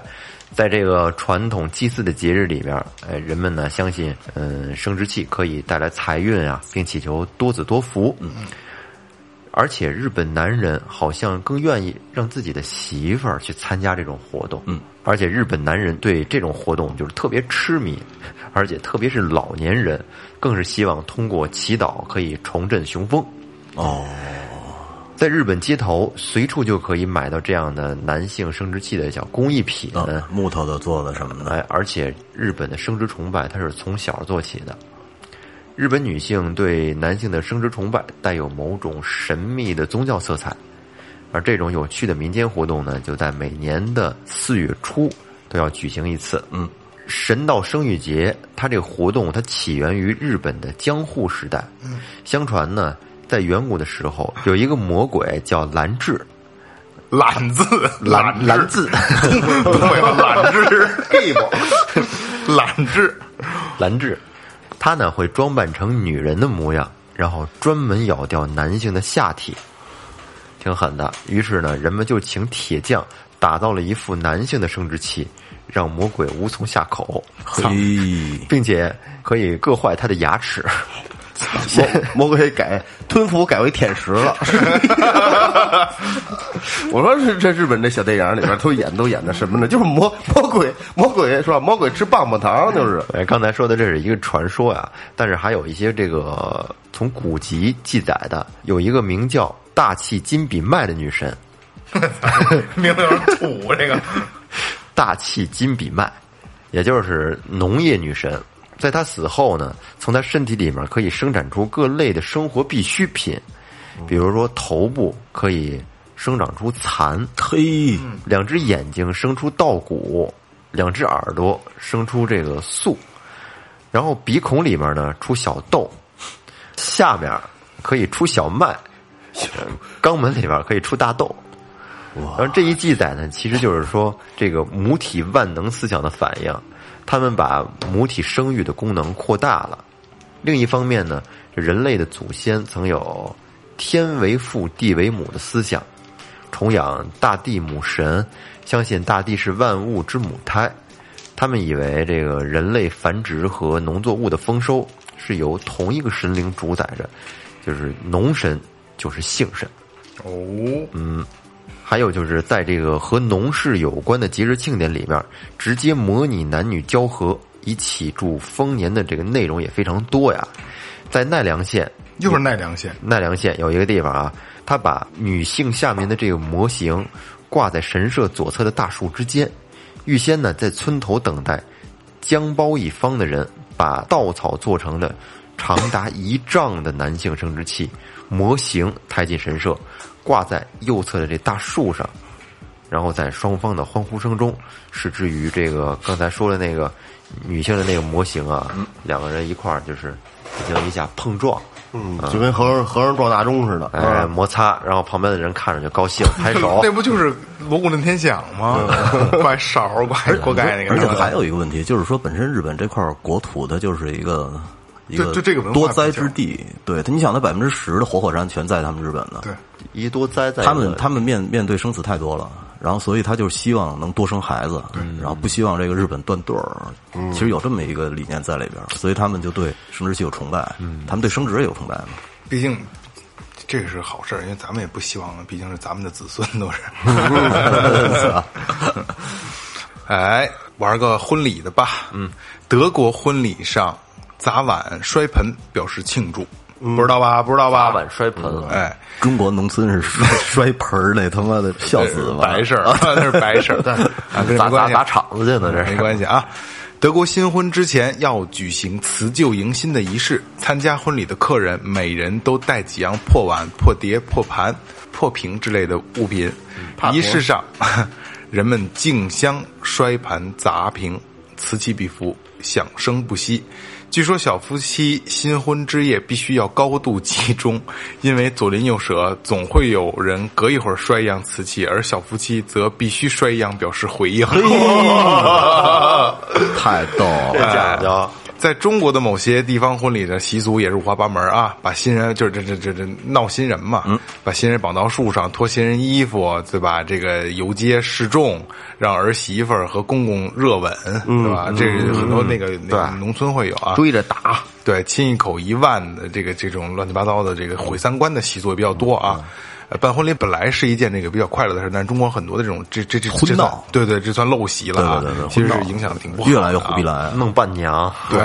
Speaker 6: 在这个传统祭祀的节日里边，哎，人们呢相信，嗯，生殖器可以带来财运啊，并祈求多子多福。嗯，而且日本男人好像更愿意让自己的媳妇儿去参加这种活动，嗯，而且日本男人对这种活动就是特别痴迷， 而且特别是老年人，更是希望通过祈祷可以重振雄风。在日本街头随处就可以买到这样的男性生殖器的小工艺品，
Speaker 5: 嗯，木头的做的什么的，
Speaker 6: 哎，而且日本的生殖崇拜它是从小做起的。日本女性对男性的生殖崇拜带有某种神秘的宗教色彩，而这种有趣的民间活动呢，就在每年的四月初都要举行一次。嗯，神道生育节，它这个活动它起源于日本的江户时代。嗯，相传呢，在远古的时候，有一个魔鬼叫兰智，
Speaker 3: 懒字，
Speaker 6: 兰
Speaker 3: 懒
Speaker 6: 兰，智。
Speaker 3: 东北 话啊懒字，gay 不？ 懒字，
Speaker 6: 兰智，他呢会装扮成女人的模样，然后专门咬掉男性的下体，挺狠的。于是呢，人们就请铁匠打造了一副男性的生殖器，让魔鬼无从下口，
Speaker 5: 嘿，
Speaker 6: 并且可以硌坏他的牙齿。
Speaker 4: 魔魔鬼改吞服改为舔食了。我说这这日本这小电影里边都演都演的什么呢？就是魔魔鬼魔鬼是吧？魔鬼吃棒棒糖就是。
Speaker 6: 哎，刚才说的这是一个传说呀、但是还有一些这个从古籍记载的，有一个名叫大气金比麦的女神，
Speaker 3: 名字有点土，这 个
Speaker 6: 大气金比麦，也就是农业女神。在她死后呢，从她身体里面可以生产出各类的生活必需品，比如说头部可以生长出蚕，
Speaker 5: 嘿，
Speaker 6: 两只眼睛生出稻谷，两只耳朵生出这个粟，然后鼻孔里面呢出小豆，下面可以出小麦，呃肛门里面可以出大豆。然后这一记载呢，其实就是说这个母体万能思想的反应，他们把母体生育的功能扩大了，另一方面呢，这人类的祖先曾有天为父、地为母的思想，崇仰大地母神，相信大地是万物之母胎。他们以为这个人类繁殖和农作物的丰收是由同一个神灵主宰着，就是农神就是性神。嗯
Speaker 3: 哦，
Speaker 6: 还有就是在这个和农事有关的节日庆典里面，直接模拟男女交合以祈祝丰年的这个内容也非常多呀。在奈良县，
Speaker 3: 又是奈良县，
Speaker 6: 奈良县有一个地方啊，他把女性下面的这个模型挂在神社左侧的大树之间，预先呢在村头等待将包一方的人把稻草做成的长达一丈的男性生殖器模型抬进神社，挂在右侧的这大树上，然后在双方的欢呼声中，是至于这个刚才说的那个女性的那个模型啊，两个人一块儿就是进行一下碰撞，
Speaker 4: 嗯，就跟和尚和尚撞大钟似的。啊
Speaker 6: 哎，
Speaker 5: 啊
Speaker 6: 摩擦，然后旁边的人看着就高兴，拍手
Speaker 3: 那。不就是锣鼓震天响 吗？挂一勺儿，挂一锅盖那个。
Speaker 5: 而且还有一个问题，就是说本身日本这块国土它就是一个一个
Speaker 3: 对就这个文化
Speaker 5: 多灾之地，对，它你想它百分之十的活火山全在他们日本呢，
Speaker 3: 对，
Speaker 6: 一多灾在
Speaker 5: 他们他们面面对生死太多了，然后所以他就是希望能多生孩子，
Speaker 3: 嗯
Speaker 5: 然后不希望这个日本断对儿，其实有这么一个理念在里边，所以他们就对生殖器有崇拜，
Speaker 3: 嗯
Speaker 5: 他们对生殖也有崇拜嘛。
Speaker 3: 毕竟这个是好事儿，因为咱们也不希望，毕竟是咱们的子孙都是。 哎，玩个婚礼的吧。嗯，德国婚礼上砸碗摔盆表示庆祝，不知道吧？不知道吧？
Speaker 6: 大嗯碗摔盆，
Speaker 3: 哎，
Speaker 5: 中国农村是摔摔盆儿那他妈的笑死吧！
Speaker 3: 白事儿，那是白事儿，啊，跟 这
Speaker 6: 砸
Speaker 3: 没关
Speaker 6: 砸
Speaker 3: 系
Speaker 6: 砸场子去呢，这
Speaker 3: 没
Speaker 6: 是。
Speaker 3: 关系啊。德国新婚之前要举行辞旧迎新的仪式，参加婚礼的客人每人都带几样破碗、破碟、破盘、破瓶之类的物品。仪式上， 人们竞相摔盘砸瓶，此起彼伏，响声不息。据说小夫妻新婚之夜必须要高度集中， 因为左邻右舍总会有人隔一会儿摔一样瓷器，而小夫妻则必须摔一样表示回应。
Speaker 5: 太逗了，
Speaker 6: 讲究，
Speaker 3: 在中国的某些地方婚礼的习俗也是五花八门啊，把新人就是这这这这闹新人嘛，
Speaker 5: 嗯
Speaker 3: 把新人绑到树上，脱新人衣服，对吧？这个游街示众，让儿媳妇儿和公公热吻，
Speaker 5: 嗯
Speaker 3: 对吧？这是很多那个那个农村会有啊，
Speaker 4: 追着打，
Speaker 3: 对，亲一口一万的这个这种乱七八糟的这个毁三观的习俗也比较多啊。
Speaker 5: 嗯
Speaker 3: 呃办婚礼本来是一件这个比较快乐的事，但是中国很多的这种这这这
Speaker 5: 婚
Speaker 3: 这算
Speaker 5: 闹
Speaker 3: 对对，这算陋习了啊，
Speaker 5: 对对对对
Speaker 3: 其实
Speaker 5: 婚
Speaker 3: 是
Speaker 5: 闹
Speaker 3: 影响的挺不好的啊，
Speaker 5: 越来越胡逼来。
Speaker 6: 弄伴娘，
Speaker 3: 对，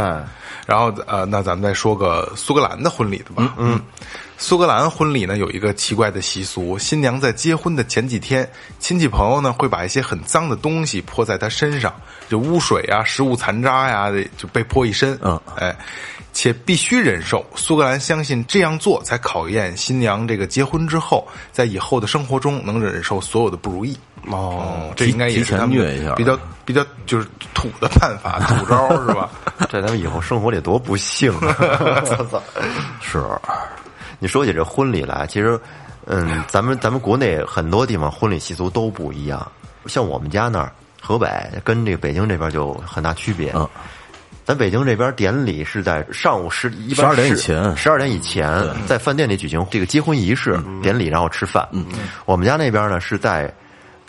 Speaker 3: 然后呃，那咱们再说个苏格兰的婚礼的吧。嗯，苏格兰婚礼呢有一个奇怪的习俗，新娘在结婚的前几天，亲戚朋友呢会把一些很脏的东西泼在她身上，就污水啊、食物残渣呀、这就被泼一身。
Speaker 5: 嗯
Speaker 3: 哎，且必须忍受。苏格兰相信这样做才考验新娘这个结婚之后，在以后的生活中能忍受所有的不如意。哦，这应该也
Speaker 5: 提
Speaker 3: 是他
Speaker 5: 前
Speaker 3: 们
Speaker 5: 虐一下
Speaker 3: 比较比较就是土的办法， 土招儿是吧？
Speaker 6: 这他们以后生活得多不幸 啊！是，你说起这婚礼来，其实，嗯，咱们咱们国内很多地方婚礼习俗都不一样，像我们家那儿，河北跟这个北京这边就很大区别。
Speaker 5: 嗯
Speaker 6: 咱北京这边典礼是在上午十一般
Speaker 5: 12点以前
Speaker 6: 十二点以前在饭店里举行这个结婚仪式、
Speaker 5: 嗯
Speaker 6: 典礼，然后吃饭。我们家那边呢是在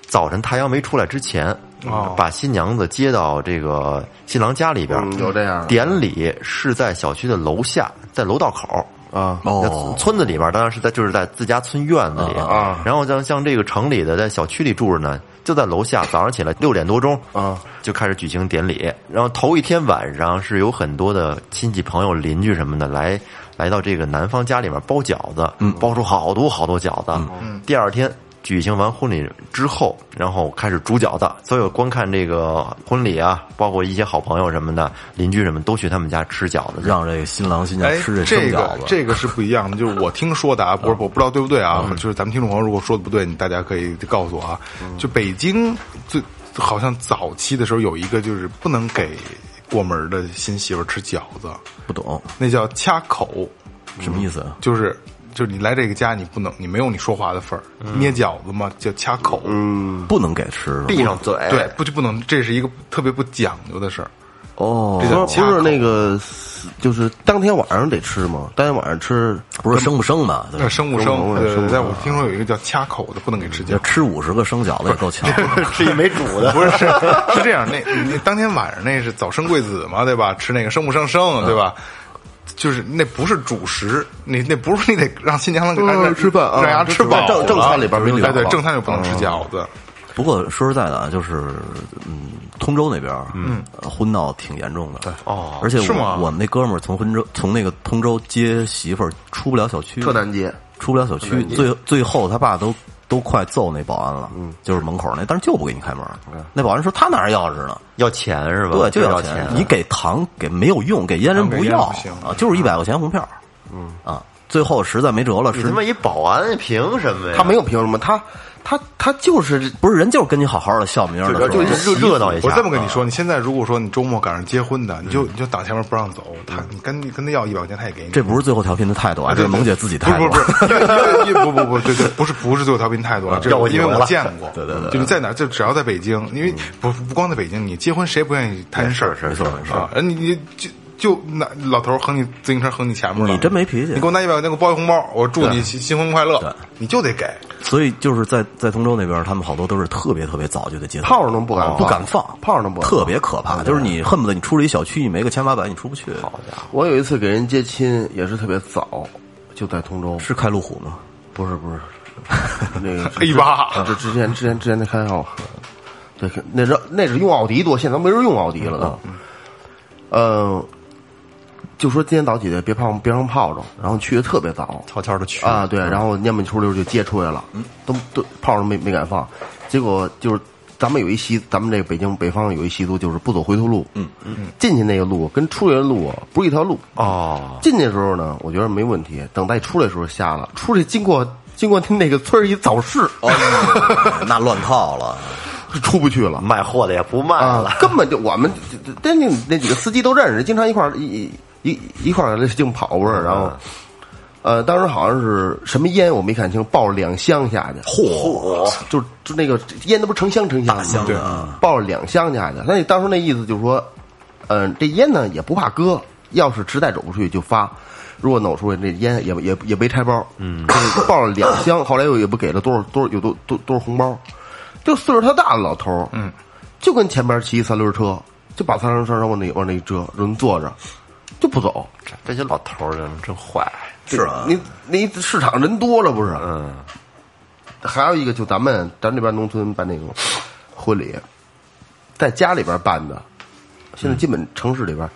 Speaker 6: 早晨太阳没出来之前，
Speaker 4: 哦
Speaker 6: 把新娘子接到这个新郎家里边。
Speaker 4: 嗯有这样的
Speaker 6: 典礼是在小区的楼下，在楼道口。
Speaker 4: 啊，
Speaker 5: 哦，
Speaker 6: 村子里边当然是在就是在自家村院子里
Speaker 4: 啊
Speaker 6: 然后像像这个城里的在小区里住着呢，就在楼下，早上起来六点多钟
Speaker 4: 啊
Speaker 6: 就开始举行典礼。然后头一天晚上是有很多的亲戚朋友、邻居什么的来来到这个男方家里面包饺子，包出好多好多饺子。嗯第二天。举行完婚礼之后，然后开始煮饺子。所有观看这个婚礼啊，包括一些好朋友什么的、邻居什么，都去他们家吃饺子去。
Speaker 5: 让这个新郎新娘
Speaker 3: 哎，
Speaker 5: 吃生
Speaker 3: 这
Speaker 5: 饺啊
Speaker 3: 个
Speaker 5: 子，嗯
Speaker 3: 这个是不一样的，就是我听说的啊，不是我不知道对不对啊，就是咱们听众朋友如果说的不对，你大家可以告诉我啊。
Speaker 5: 嗯
Speaker 3: 就北京最好像早期的时候有一个就是不能给过门的新媳妇儿吃饺子，
Speaker 5: 不懂
Speaker 3: 那叫掐口，
Speaker 5: 什么意思啊？
Speaker 3: 就是就是你来这个家你不能你没有你说话的份儿，
Speaker 5: 嗯
Speaker 3: 捏饺子嘛叫掐口，
Speaker 5: 不能给吃是吧？
Speaker 6: 闭上嘴，
Speaker 5: 哎
Speaker 3: 对，不就不能，这是一个特别不讲究的事儿。
Speaker 5: 哦
Speaker 3: 这叫
Speaker 4: 不是
Speaker 3: 卡
Speaker 4: 不是
Speaker 3: 口
Speaker 4: 那个，就是当天晚上得吃吗？当天晚上吃
Speaker 5: 不是生不生嘛？对吧
Speaker 3: 那生物
Speaker 4: 生物
Speaker 3: 生，
Speaker 4: 生
Speaker 3: 对
Speaker 4: 生物
Speaker 3: 对，在
Speaker 5: 啊
Speaker 3: 我听说有一个叫掐口的，不能给吃进
Speaker 5: 要。吃五十个生饺子也够呛。
Speaker 6: 吃一没煮的，
Speaker 3: 不是是是这样，那那当天晚上那是早生贵子嘛，对吧？吃那个生不生生，对吧？就是那不是主食，你那不是你得让新娘子让
Speaker 4: 嗯吃饭啊
Speaker 3: 让伢吃饱了。
Speaker 4: 正正餐里边没
Speaker 3: 哎
Speaker 4: 有
Speaker 3: 对
Speaker 4: 啊
Speaker 3: 正餐就不能吃饺子，
Speaker 5: 不过说实在的啊，就是嗯，通州那边嗯婚闹挺严重的哦，而且
Speaker 3: 是吗
Speaker 5: 我我们那哥们儿从温州从那个通州接媳妇儿出不了小区，
Speaker 4: 特难接，
Speaker 5: 出不了小区，最最后他爸都都快揍那保安了，就是门口那，但是就不给你开门。那保安说他哪儿钥匙呢？
Speaker 6: 要钱是吧？
Speaker 5: 对，就
Speaker 6: 要
Speaker 5: 钱，你给糖给没有用，给烟人
Speaker 3: 糖给烟
Speaker 5: 要
Speaker 3: 不行
Speaker 5: 啊，就是一百块钱红票，嗯啊，最后实在没辙了，
Speaker 6: 你
Speaker 5: 是
Speaker 6: 他妈一保安，凭什么呀？
Speaker 4: 他没有凭什么，他他他就是
Speaker 5: 不是人就是跟你好好的笑名儿的，
Speaker 6: 就
Speaker 5: 吧
Speaker 6: 就热闹一下。
Speaker 3: 我这么
Speaker 4: 啊
Speaker 3: 跟你说，你现在如果说你周末赶上结婚的，你
Speaker 4: 嗯
Speaker 3: 就你就挡前面不让走，他你跟跟他要一百块钱，他也给你。
Speaker 5: 这不是最后调频的态度啊，
Speaker 3: 啊
Speaker 5: 这
Speaker 3: 对
Speaker 5: 是萌姐自己态度。
Speaker 3: 不是不是因为不不不，对对，不是不是最后调频态度啊，这
Speaker 6: 要我
Speaker 3: 因为
Speaker 6: 我
Speaker 3: 我
Speaker 6: 了
Speaker 3: 见过，对对对，就你在哪儿，就只要在北京，因为不不光在北京，你结婚谁不愿意谈事儿？
Speaker 6: 是是
Speaker 3: 是啊，人你你就。就那老头儿横你自行车横你前面了，
Speaker 5: 你真没脾气
Speaker 3: 你给我拿一百块钱，给我包一红包，我祝你新新婚快乐，你就得给。
Speaker 5: 所以就是在在通州那边，他们好多都是特别特别早就得接到
Speaker 4: 炮儿都不敢放
Speaker 5: 不敢放，
Speaker 4: 炮儿都不敢放
Speaker 5: 哦特别可怕。就是你恨不得你出了一小区，你没个千八百你出不去。好家伙，
Speaker 4: 我有一次给人接亲，也是特别早，就在通州，
Speaker 5: 是开哎路虎吗？
Speaker 4: 不是不是， 那个啊
Speaker 3: 黑吧
Speaker 4: 这之前之前之前那开奥，对，那是那是用奥迪多，现在没人用奥迪了
Speaker 5: 嗯
Speaker 4: 都。呃，就说今天早起来，别碰别让泡着，然后去的特别早，
Speaker 6: 悄悄的去
Speaker 4: 啊，对，然后蔫不出溜就接出来了，都都炮都没没敢放，结果就是咱们有一习，咱们这个北京北方有一习俗就是不走回头路，嗯嗯，进去那个路跟出来的路啊不是一条路，
Speaker 6: 哦，
Speaker 4: 进去的时候呢，我觉得没问题，等待出来的时候瞎了，出去经过经过那个村儿一早市，
Speaker 5: 那乱套了，
Speaker 4: 出不去了。
Speaker 6: 卖货的也不卖
Speaker 4: 啊
Speaker 6: 了，，
Speaker 4: 根本就我们那那那几个司机都认识，经常一块儿一一一一块儿净跑不是？然后，呃，当时好像是什么烟我没看清，抱着两箱下去，嚯，就就那个烟都不是成箱成箱的
Speaker 5: 箱
Speaker 4: 吗，
Speaker 5: 的
Speaker 4: 抱着两箱下去。那你当时那意思就是说，嗯、这烟呢也不怕割，要是实在走不出去就发。如果弄出来，这烟也也也没拆包，嗯，就是抱了两箱，后来又也不给了多少多少有多多多少红包，就岁数他大的老头儿，嗯，就跟前边骑三轮车，就把三轮车往那往那一遮，人坐着就不走。
Speaker 6: 这这些老头儿人真坏。
Speaker 4: 是啊，你你市场人多了不是？嗯。还有一个，就咱们咱这边农村办那种 婚礼，在家里边办的，现在基本城市里边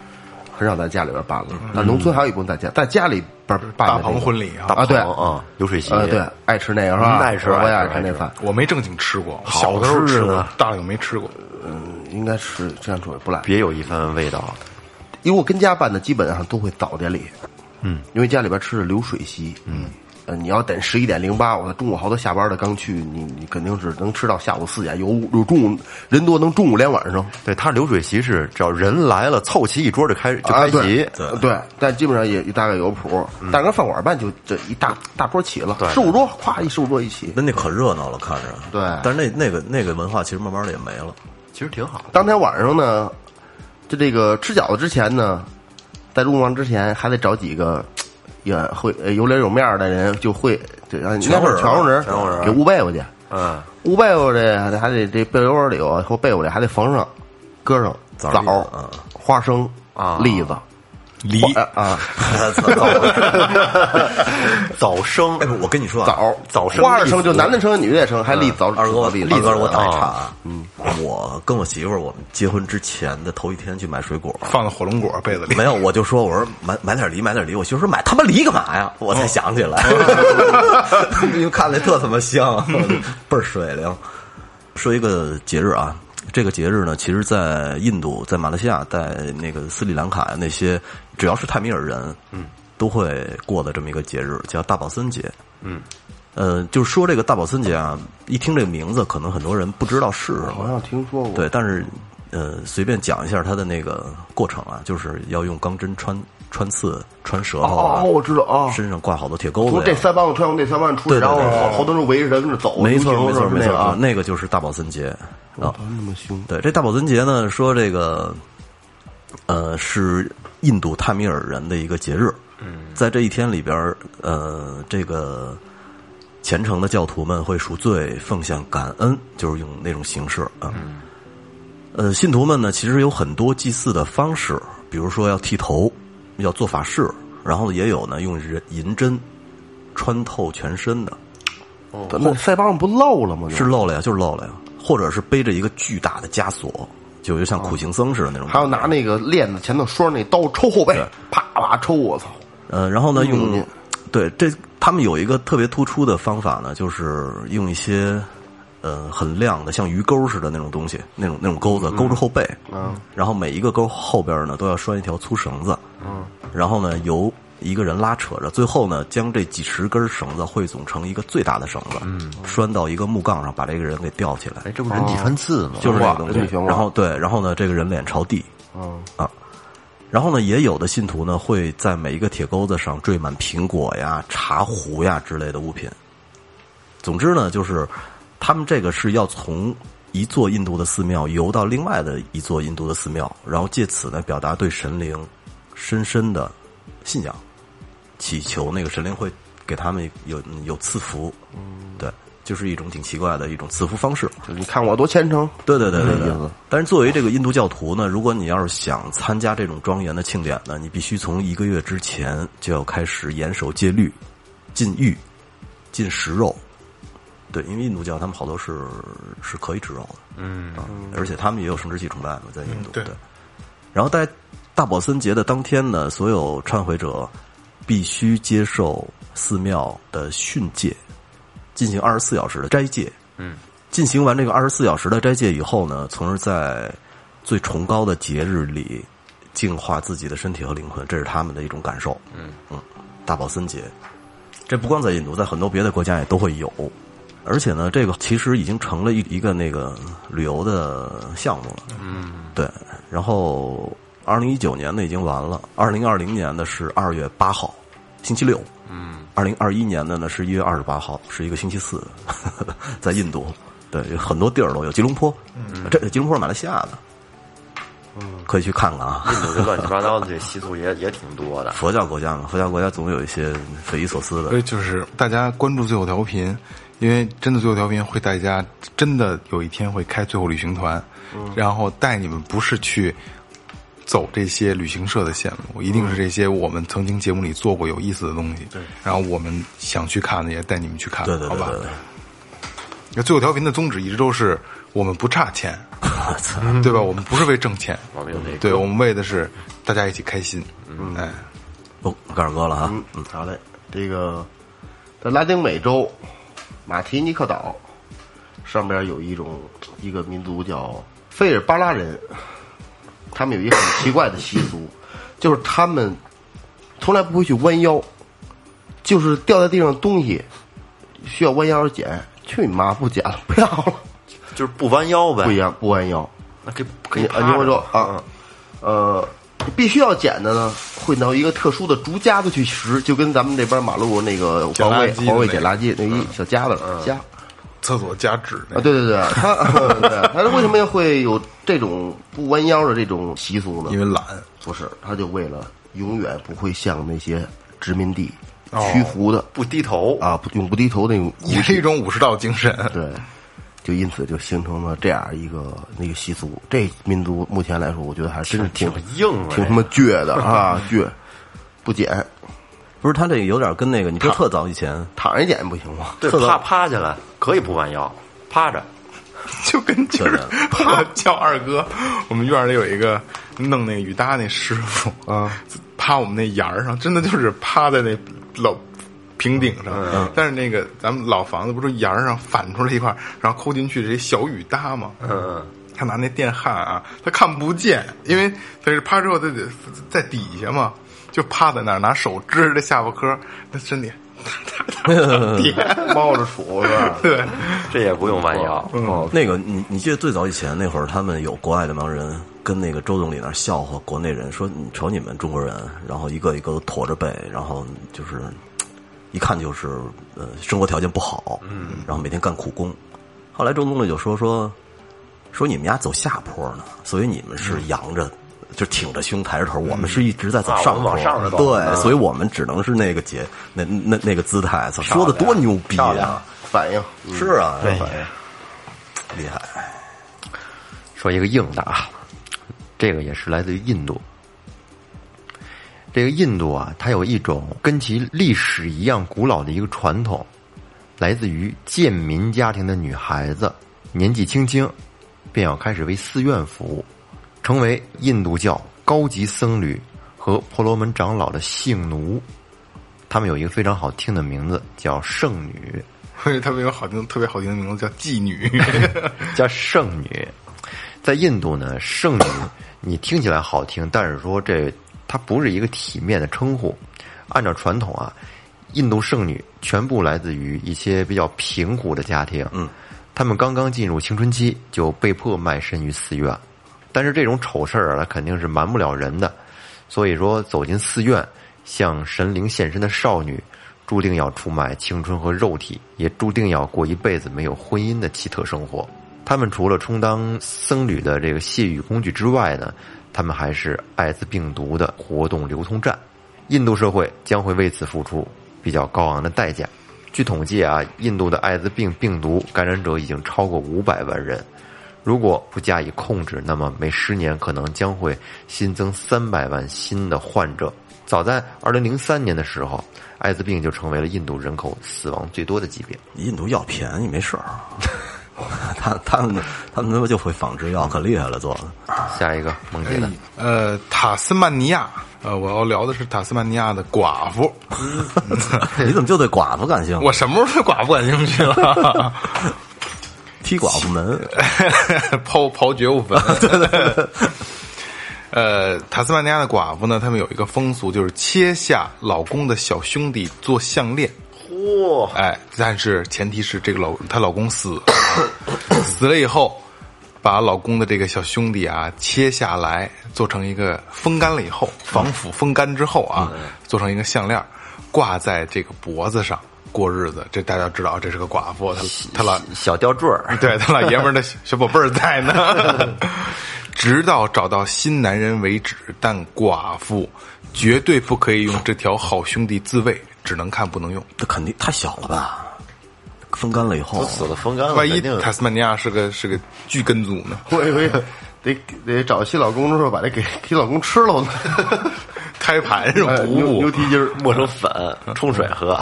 Speaker 4: 很少在家里边办了，但农村还有一部分在家在家里边办
Speaker 3: 大
Speaker 4: 的那
Speaker 3: 棚
Speaker 4: 种
Speaker 3: 婚礼啊，
Speaker 4: 啊，对，
Speaker 6: 啊，流水席，
Speaker 4: 呃，对，爱吃那个是吧？
Speaker 6: 嗯爱吃
Speaker 4: 我也
Speaker 6: 爱吃
Speaker 4: 爱吃那
Speaker 6: 爱吃
Speaker 4: 饭，
Speaker 3: 我没正经吃过，我小的时候
Speaker 6: 好吃
Speaker 3: 吃过
Speaker 6: 呢，
Speaker 3: 大了就没吃过。
Speaker 4: 应该是这样说也不赖。
Speaker 6: 别有一番味道。
Speaker 4: 因为我跟家办的基本上都会早点里，嗯，因为家里边吃的流水席，嗯，呃，你要等十一点零八，我中午好多下班的刚去，你你肯定是能吃到下午四点，有有中午人多能中午连晚上
Speaker 6: 对他流水席是，只要人来了，凑齐一桌就开就
Speaker 4: 啊，
Speaker 6: 开席呃
Speaker 4: 对，对，但基本上也也大概有谱，但跟饭馆办就这一大大桌起了，十五桌，咵一十五桌一起，
Speaker 5: 那那可热闹了，看着。
Speaker 4: 对
Speaker 5: 但是那那个那个文化其实慢慢的也没了。
Speaker 6: 其实挺好的。
Speaker 4: 当天晚上呢，就这个吃饺子之前呢，在入房之前还得找几个也会呃有脸有面儿的人，就会这应该是全
Speaker 5: 乎人
Speaker 4: 乎人，
Speaker 6: 全乎人
Speaker 4: 给捂被窝去，
Speaker 6: 嗯，
Speaker 4: 捂被窝去还得还得这被窝里头或被窝里还得缝上，搁上
Speaker 5: 枣
Speaker 4: 枣
Speaker 5: 栗子嗯、
Speaker 4: 花生
Speaker 6: 啊
Speaker 4: 栗子
Speaker 5: 梨
Speaker 4: 花啊
Speaker 6: 早生
Speaker 5: 哎，不，我跟你说啊，
Speaker 4: 枣
Speaker 6: 枣生
Speaker 4: 花的
Speaker 6: 栗
Speaker 4: 生就男的生女的也生，还栗枣
Speaker 5: 二哥，
Speaker 4: 栗
Speaker 5: 栗子我打一岔啊，嗯，我跟我媳妇儿我们结婚之前的头一天去买水果，
Speaker 3: 放在火龙果被子里
Speaker 5: 没，有，我就说我说买买点梨，买点梨。我媳妇说买他妈梨干嘛呀？我才想起来，因为看着特他妈香，倍儿水灵。说一个节日啊，这个节日呢，其实在印度、在马来西亚、在那个斯里兰卡那些，只要是泰米尔人，嗯，都会过的这么一个节日，叫大保森节。嗯，呃，就是说这个大保森节啊，一听这个名字，可能很多人不知道是什么。
Speaker 4: 好像听说过，
Speaker 5: 对，但是呃，随便讲一下它的那个过程啊，就是要用钢针穿穿刺、穿舌头啊，
Speaker 4: 哦，我知道啊，
Speaker 5: 身上挂好多铁钩
Speaker 4: 从
Speaker 5: 子
Speaker 4: 这
Speaker 5: 呀。
Speaker 4: 三帮穿从这三帮出去，
Speaker 5: 对对
Speaker 4: 然后
Speaker 5: 对
Speaker 4: 好好多人围着他跟着走，
Speaker 5: 没错，
Speaker 4: 游行
Speaker 5: 没错，
Speaker 4: 是不
Speaker 5: 没
Speaker 4: 是
Speaker 5: 错
Speaker 4: 那个
Speaker 5: 啊，那个就是大保森节啊。
Speaker 4: 那么凶，
Speaker 5: 对，这大保森节呢，说这个呃，是印度泰米尔人的一个节日。嗯，在这一天里边儿，呃，这个虔诚的教徒们会赎罪、奉献感恩，就是用那种形式啊。呃，信徒们呢，其实有很多祭祀的方式，比如说要剃头，要做法事，然后也有呢用人银针穿透全身的，
Speaker 4: 那腮帮子不漏了吗？就是
Speaker 5: 漏了呀，就是漏了呀，或者是背着一个巨大的枷锁，就就像苦行僧似的那种。
Speaker 4: 还有拿那个链子前头拴那刀抽后背，啪啪抽，我操！
Speaker 5: 呃，然后呢，用对这他们有一个特别突出的方法呢，就是用一些呃很亮的像鱼钩似的那种东西，那种那种钩子勾着后背，嗯，然后每一个钩后边呢都要拴一条粗绳子，嗯，然后呢由一个人拉扯着，最后呢将这几十根绳子汇总成一个最大的绳子，嗯，拴到一个木杠上，把这个人给吊起来
Speaker 6: 哎，，这不人体穿刺吗？
Speaker 5: 就是这个东
Speaker 4: 人体
Speaker 5: 西。
Speaker 4: 悬挂
Speaker 5: 然后对，然后呢，这个人脸朝地，
Speaker 4: 嗯
Speaker 5: 啊，然后呢，也有的信徒呢会在每一个铁钩子上缀满苹果呀、茶壶呀之类的物品。总之呢，就是他们这个是要从一座印度的寺庙游到另外的一座印度的寺庙，然后借此呢表达对神灵深深的信仰，祈求那个神灵会给他们有嗯有赐福。对，就是一种挺奇怪的一种赐福方式。
Speaker 4: 就你看我多虔诚，
Speaker 5: 对对对对对
Speaker 4: 意思。
Speaker 5: 但是作为这个印度教徒呢，如果你要是想参加这种庄严的庆典呢，你必须从一个月之前就要开始严守戒律、禁欲、禁食肉。对，因为印度教他们好多是是可以吃肉的，嗯，而且他们也有生殖器崇拜嘛，在印度、
Speaker 3: 嗯对
Speaker 5: 然后在大宝森节的当天呢，所有忏悔者必须接受寺庙的训戒，进行二十四小时的斋戒。嗯，进行完这个二十四小时的斋戒以后呢，从而在最崇高的节日里净化自己的身体和灵魂，这是他们的一种感受。嗯嗯，大宝森节，这不光在印度，在很多别的国家也都会有。而且呢，这个其实已经成了一一个那个旅游的项目了。对，然后二零一九年的已经完了，二零二零年的是二月八号，星期六。嗯，二零二一年的呢是一月二十八号，是一个星期四， 在印度，对，有很多地儿都有，吉隆坡，这吉隆坡是马来西亚的，嗯，可以去看看啊。
Speaker 6: 印度这乱七八糟的这习俗也也挺多的。
Speaker 5: 佛教国家嘛，佛教国家总有一些匪夷所思的
Speaker 3: 所以就是大家关注最后调频，因为真的最后调频会带大家真的有一天会开最后旅行团，然后带你们不是去走这些旅行社的线路，一定是这些我们曾经节目里做过有意思的东西。对，然后我们想去看的也带你们去看，
Speaker 5: 对对对
Speaker 3: 好吧
Speaker 5: 对对？
Speaker 3: 那最后调频的宗旨一直都是我们不差钱，对吧？我们不是为挣钱，
Speaker 6: 我们有那个
Speaker 3: 对我们为的是大家一起开心。哎，
Speaker 5: 哦，盖尔哥了啊，
Speaker 4: 嗯，好嘞。这个在拉丁美洲马提尼克岛上边有一种一个民族叫费尔巴拉人，他们有一个很奇怪的习俗，就是他们从来不会去弯腰，就是掉在地上的东西需要弯腰捡，去你妈不捡了，不要了，
Speaker 6: 就是不弯腰呗，
Speaker 4: 不一样，不弯腰。
Speaker 6: 那可以可
Speaker 4: 你
Speaker 6: 以
Speaker 4: 啊，
Speaker 6: 趴
Speaker 4: 你跟我
Speaker 6: 着
Speaker 4: 说啊，呃，必须要捡的呢，会到一个特殊的竹夹子去拾，就跟咱们这边马路那个
Speaker 3: 捡垃
Speaker 4: 环卫
Speaker 3: 圾的
Speaker 4: 环卫
Speaker 3: 那个嗯
Speaker 4: 捡垃圾那一小夹子夹啊，
Speaker 3: 厕所加纸那个
Speaker 4: 对 对对， 他对他为什么会有这种不弯腰的这种习俗呢？
Speaker 3: 因为懒，
Speaker 4: 不是，他就为了永远不会向那些殖民地
Speaker 3: 哦
Speaker 4: 屈服的
Speaker 6: 不低头，
Speaker 4: 啊，不永不低头那种
Speaker 3: 也是一种武士道精神。
Speaker 4: 对，就因此就形成了这样一个那个习俗。这民族目前来说，我觉得还真是
Speaker 6: 挺硬的，
Speaker 4: 挺他妈倔的啊，倔，不捡，
Speaker 5: 不是他这有点跟那个，你知道特早以前
Speaker 4: 躺着捡不行吗？
Speaker 6: 对，趴趴下来可以不弯腰，趴着。
Speaker 3: 就跟今儿我 叫二哥，我们院里有一个弄那个雨搭那师 傅啊，趴我们那沿儿上，真的就是趴在那老平顶上。
Speaker 6: 嗯
Speaker 3: 但是那个咱们老房子不是沿儿上反出来一块儿，然后抠进去这些小雨搭吗？
Speaker 6: 嗯，
Speaker 3: 他拿那电焊啊，他看不见，因为他是趴之后他得在底下嘛，就趴在那儿拿手支着这下巴颏儿，那身体 点，
Speaker 4: 猫着杵是吧？
Speaker 3: 对。
Speaker 6: 这也不用弯腰。
Speaker 5: 那个，你你记得最早以前那会儿，他们有国外的盲人跟那个周总理那儿笑话国内人，说你瞅你们中国人，然后一个一个都驼着背，然后就是一看就是呃生活条件不好，嗯，然后每天干苦工。后来周总理就说说说你们家走下坡呢，所以你们是扬着就挺着胸抬着头，我们是一直在走
Speaker 6: 啊
Speaker 5: 上
Speaker 6: 我
Speaker 5: 坡，
Speaker 6: 们往上着走
Speaker 5: 对，
Speaker 6: 嗯
Speaker 5: 所以我们只能是那个节那那那个姿态，操说的多牛逼
Speaker 4: 漂亮
Speaker 5: 啊！，
Speaker 4: 反应
Speaker 5: 是啊，
Speaker 6: 对
Speaker 5: 反正厉害，
Speaker 6: 说一个硬的啊，这个也是来自于印度。这个印度啊，它有一种跟其历史一样古老的一个传统，来自于贱民家庭的女孩子，年纪轻轻便要开始为寺院服务，成为印度教高级僧侣和婆罗门长老的性奴。他们有一个非常好听的名字，叫圣女。
Speaker 3: 他们有好听特别好听的名字叫妓女，
Speaker 6: 叫圣女。在印度呢，圣女你听起来好听，但是说这它不是一个体面的称呼。按照传统啊，印度圣女全部来自于一些比较贫苦的家庭，嗯，他们刚刚进入青春期就被迫卖身于寺院，但是这种丑事儿啊，它肯定是瞒不了人的，所以说走进寺院向神灵献身的少女，注定要出卖青春和肉体，也注定要过一辈子没有婚姻的奇特生活。他们除了充当僧侣的这个泄欲工具之外呢，他们还是艾滋病毒的活动流通站。印度社会将会为此付出比较高昂的代价。据统计啊，印度的艾滋病病毒感染者已经超过五百万人，如果不加以控制，那么每十年可能将会新增三百万新的患者。早在二零零三年的时候，艾滋病就成为了印度人口死亡最多的疾病。
Speaker 5: 印度药便宜没事儿， 他他们他们他妈就会仿制药，可厉害了做的，
Speaker 6: 下一个，萌姐的，
Speaker 3: 呃，塔斯曼尼亚，呃，我要聊的是塔斯曼尼亚的寡妇，
Speaker 5: 你怎么就对寡妇感兴趣？
Speaker 3: 我什么时候对寡妇感兴趣了？
Speaker 5: 踢寡妇门，
Speaker 3: 抛抛觉悟粉。 呃，塔斯曼尼亚的寡妇呢，他们有一个风俗，就是切下老公的小兄弟做项链。嚯！哎，但是前提是这个老她老公死了，死了以后，把老公的这个小兄弟啊切下来，做成一个风干了以后，防腐风干之后啊，做成一个项链，挂在这个脖子上过日子。这大家知道，这是个寡妇，她她老
Speaker 6: 哎小吊坠儿，
Speaker 3: 对他老爷们儿的小小宝贝儿在呢，直到找到新男人为止。但寡妇绝对不可以用这条好兄弟自卫，只能看不能用。
Speaker 5: 这肯定太小了吧？风干了以后，
Speaker 6: 死了风干了，
Speaker 3: 万一
Speaker 6: 肯定
Speaker 3: 塔斯曼尼亚是个是个巨根族呢？
Speaker 4: 我以为得得找新老公的时候把这给给老公吃了呢，
Speaker 3: 开盘是
Speaker 4: 哎
Speaker 3: 补
Speaker 4: 牛牛
Speaker 3: 物，
Speaker 4: 蹄筋儿，
Speaker 6: 磨成粉冲水喝。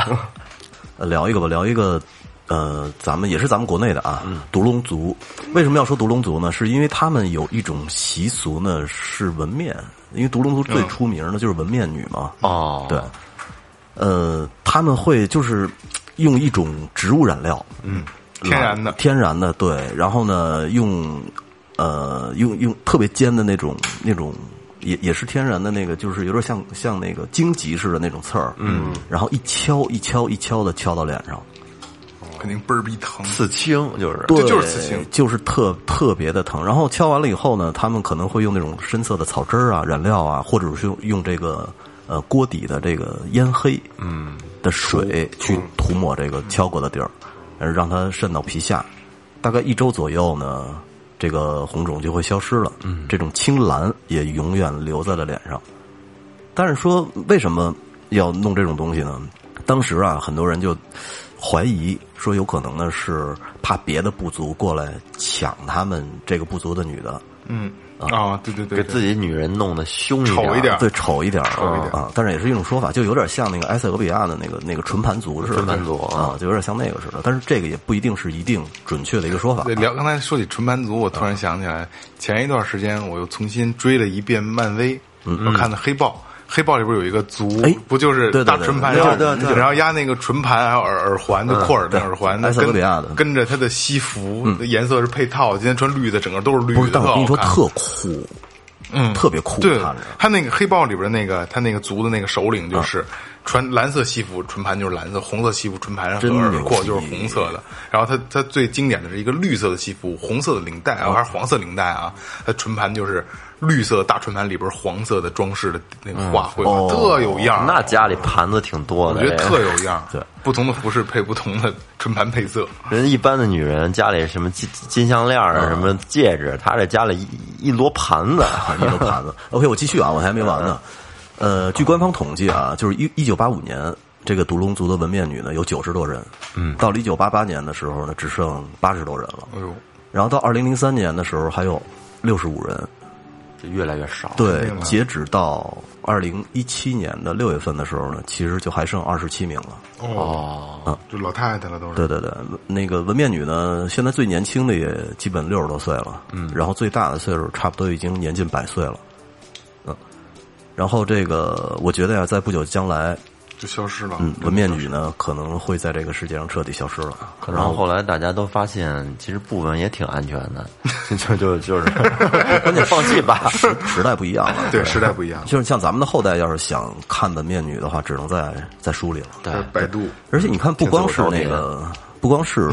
Speaker 5: 呃聊一个吧，聊一个，呃，咱们也是咱们国内的啊，
Speaker 6: 嗯
Speaker 5: 独龙族。为什么要说独龙族呢？是因为他们有一种习俗呢，是纹面，因为独龙族最出名的就是纹面女嘛。
Speaker 6: 嗯哦
Speaker 5: 对，呃，他们会就是用一种植物染料，嗯，
Speaker 3: 天然的
Speaker 5: 天然的，对。然后呢，用呃用用特别尖的那种那种。也也是天然的那个，就是有点像像那个荆棘似的那种刺儿，嗯，然后一敲一敲一敲的敲到脸上，
Speaker 3: 肯定倍儿逼疼。
Speaker 6: 刺青就是
Speaker 5: 对，
Speaker 3: 这就是刺青
Speaker 5: 就是特特别的疼。然后敲完了以后呢，他们可能会用那种深色的草汁儿啊、染料啊，或者是用用这个呃锅底的这个烟黑嗯的水
Speaker 3: 嗯
Speaker 5: 去涂抹这个敲过的地儿，呃让它渗到皮下。大概一周左右呢，这个红肿就会消失了。嗯，这种青蓝也永远留在了脸上。但是说为什么要弄这种东西呢？当时啊，很多人就怀疑说，有可能呢是怕别的部族过来抢他们这个部族的女的，
Speaker 3: 嗯啊，对对对
Speaker 6: 给
Speaker 3: 对
Speaker 6: 自己女人弄得凶
Speaker 3: 丑一点儿
Speaker 5: 最丑一点儿，丑一点啊。但是也是一种说法，就有点像那个埃塞俄比亚的那个那个纯盘族似的，
Speaker 6: 纯盘族
Speaker 5: 啊，就有点像那个似的。但是这个也不一定是一定准确的一个说法。
Speaker 3: 对，聊刚才说起纯盘族，我突然想起来，前一段时间我又重新追了一遍漫威，我看的《黑豹》。黑豹里边有一个族
Speaker 5: 嗯哎，
Speaker 3: 不就是
Speaker 5: 对对
Speaker 3: 大
Speaker 5: 对
Speaker 3: 纯盘
Speaker 5: 对
Speaker 3: 上，
Speaker 5: 对对对
Speaker 3: 然后压那个纯盘，还有耳耳环，就扩耳的耳环，
Speaker 5: 埃塞俄
Speaker 3: 跟
Speaker 5: 比亚的嗯
Speaker 3: 跟着他的西服颜色是配套，今天穿绿的，整个都是绿的，
Speaker 5: 不是，但我跟你说
Speaker 3: 好看
Speaker 5: 特酷，嗯，特别酷，
Speaker 3: 对
Speaker 5: 看着。，
Speaker 3: 他那个黑豹里边那个他那个族的那个首领就是穿蓝色西服，纯盘就是蓝色；红色西服，纯盘和
Speaker 5: 真
Speaker 3: 耳
Speaker 5: 牛
Speaker 3: 廓就是
Speaker 5: 逼
Speaker 3: 红色的。然后他他最经典的是一个绿色的西服，红色的领带啊，还是黄色领带啊？他纯盘就是绿色大船盘里边黄色的装饰的那个花卉，特有样儿。
Speaker 6: 那家里盘子挺多
Speaker 3: 我
Speaker 6: 的，
Speaker 3: 觉得特有样儿。
Speaker 6: 对，
Speaker 3: 不同的服饰配不同的唇盘配色。
Speaker 6: 人一般的女人家里什么金金项链啊，什么戒指，她这家里一一摞盘子，
Speaker 5: 一个盘子。OK，我继续啊，我还没完呢。呃，据官方统计啊，就是一一九八五年，这个独龙族的纹面女呢有九十多人，嗯，到了一九八八年的时候呢，只剩八十多人了，
Speaker 3: 哎呦，
Speaker 5: 然后到二零零三年的时候还有六十五人，
Speaker 6: 就越来越少。，
Speaker 5: 对，截止到二零一七年的六月份的时候呢，其实就还剩二十七名了。
Speaker 3: 哦，就老太太了都是。
Speaker 5: 对对对，那个纹面女呢，现在最年轻的也基本六十多岁了，嗯，然后最大的岁数差不多已经年近百岁了，嗯，然后这个我觉得呀、在不久将来，
Speaker 3: 就消失了。
Speaker 5: 嗯， 纹面女呢可能会在这个世界上彻底消失了，
Speaker 6: 可能后来大家都发现，其实不纹也挺安全的，就就就就是，赶 紧放弃吧。
Speaker 5: 时代不一样了，
Speaker 3: 对，时代不一样了。
Speaker 5: 就是像咱们的后代要是想看纹面女的话，只能在在书里了，对。
Speaker 3: 这百度
Speaker 5: 而且你看，不光是那
Speaker 6: 挺自我
Speaker 5: 个，不光是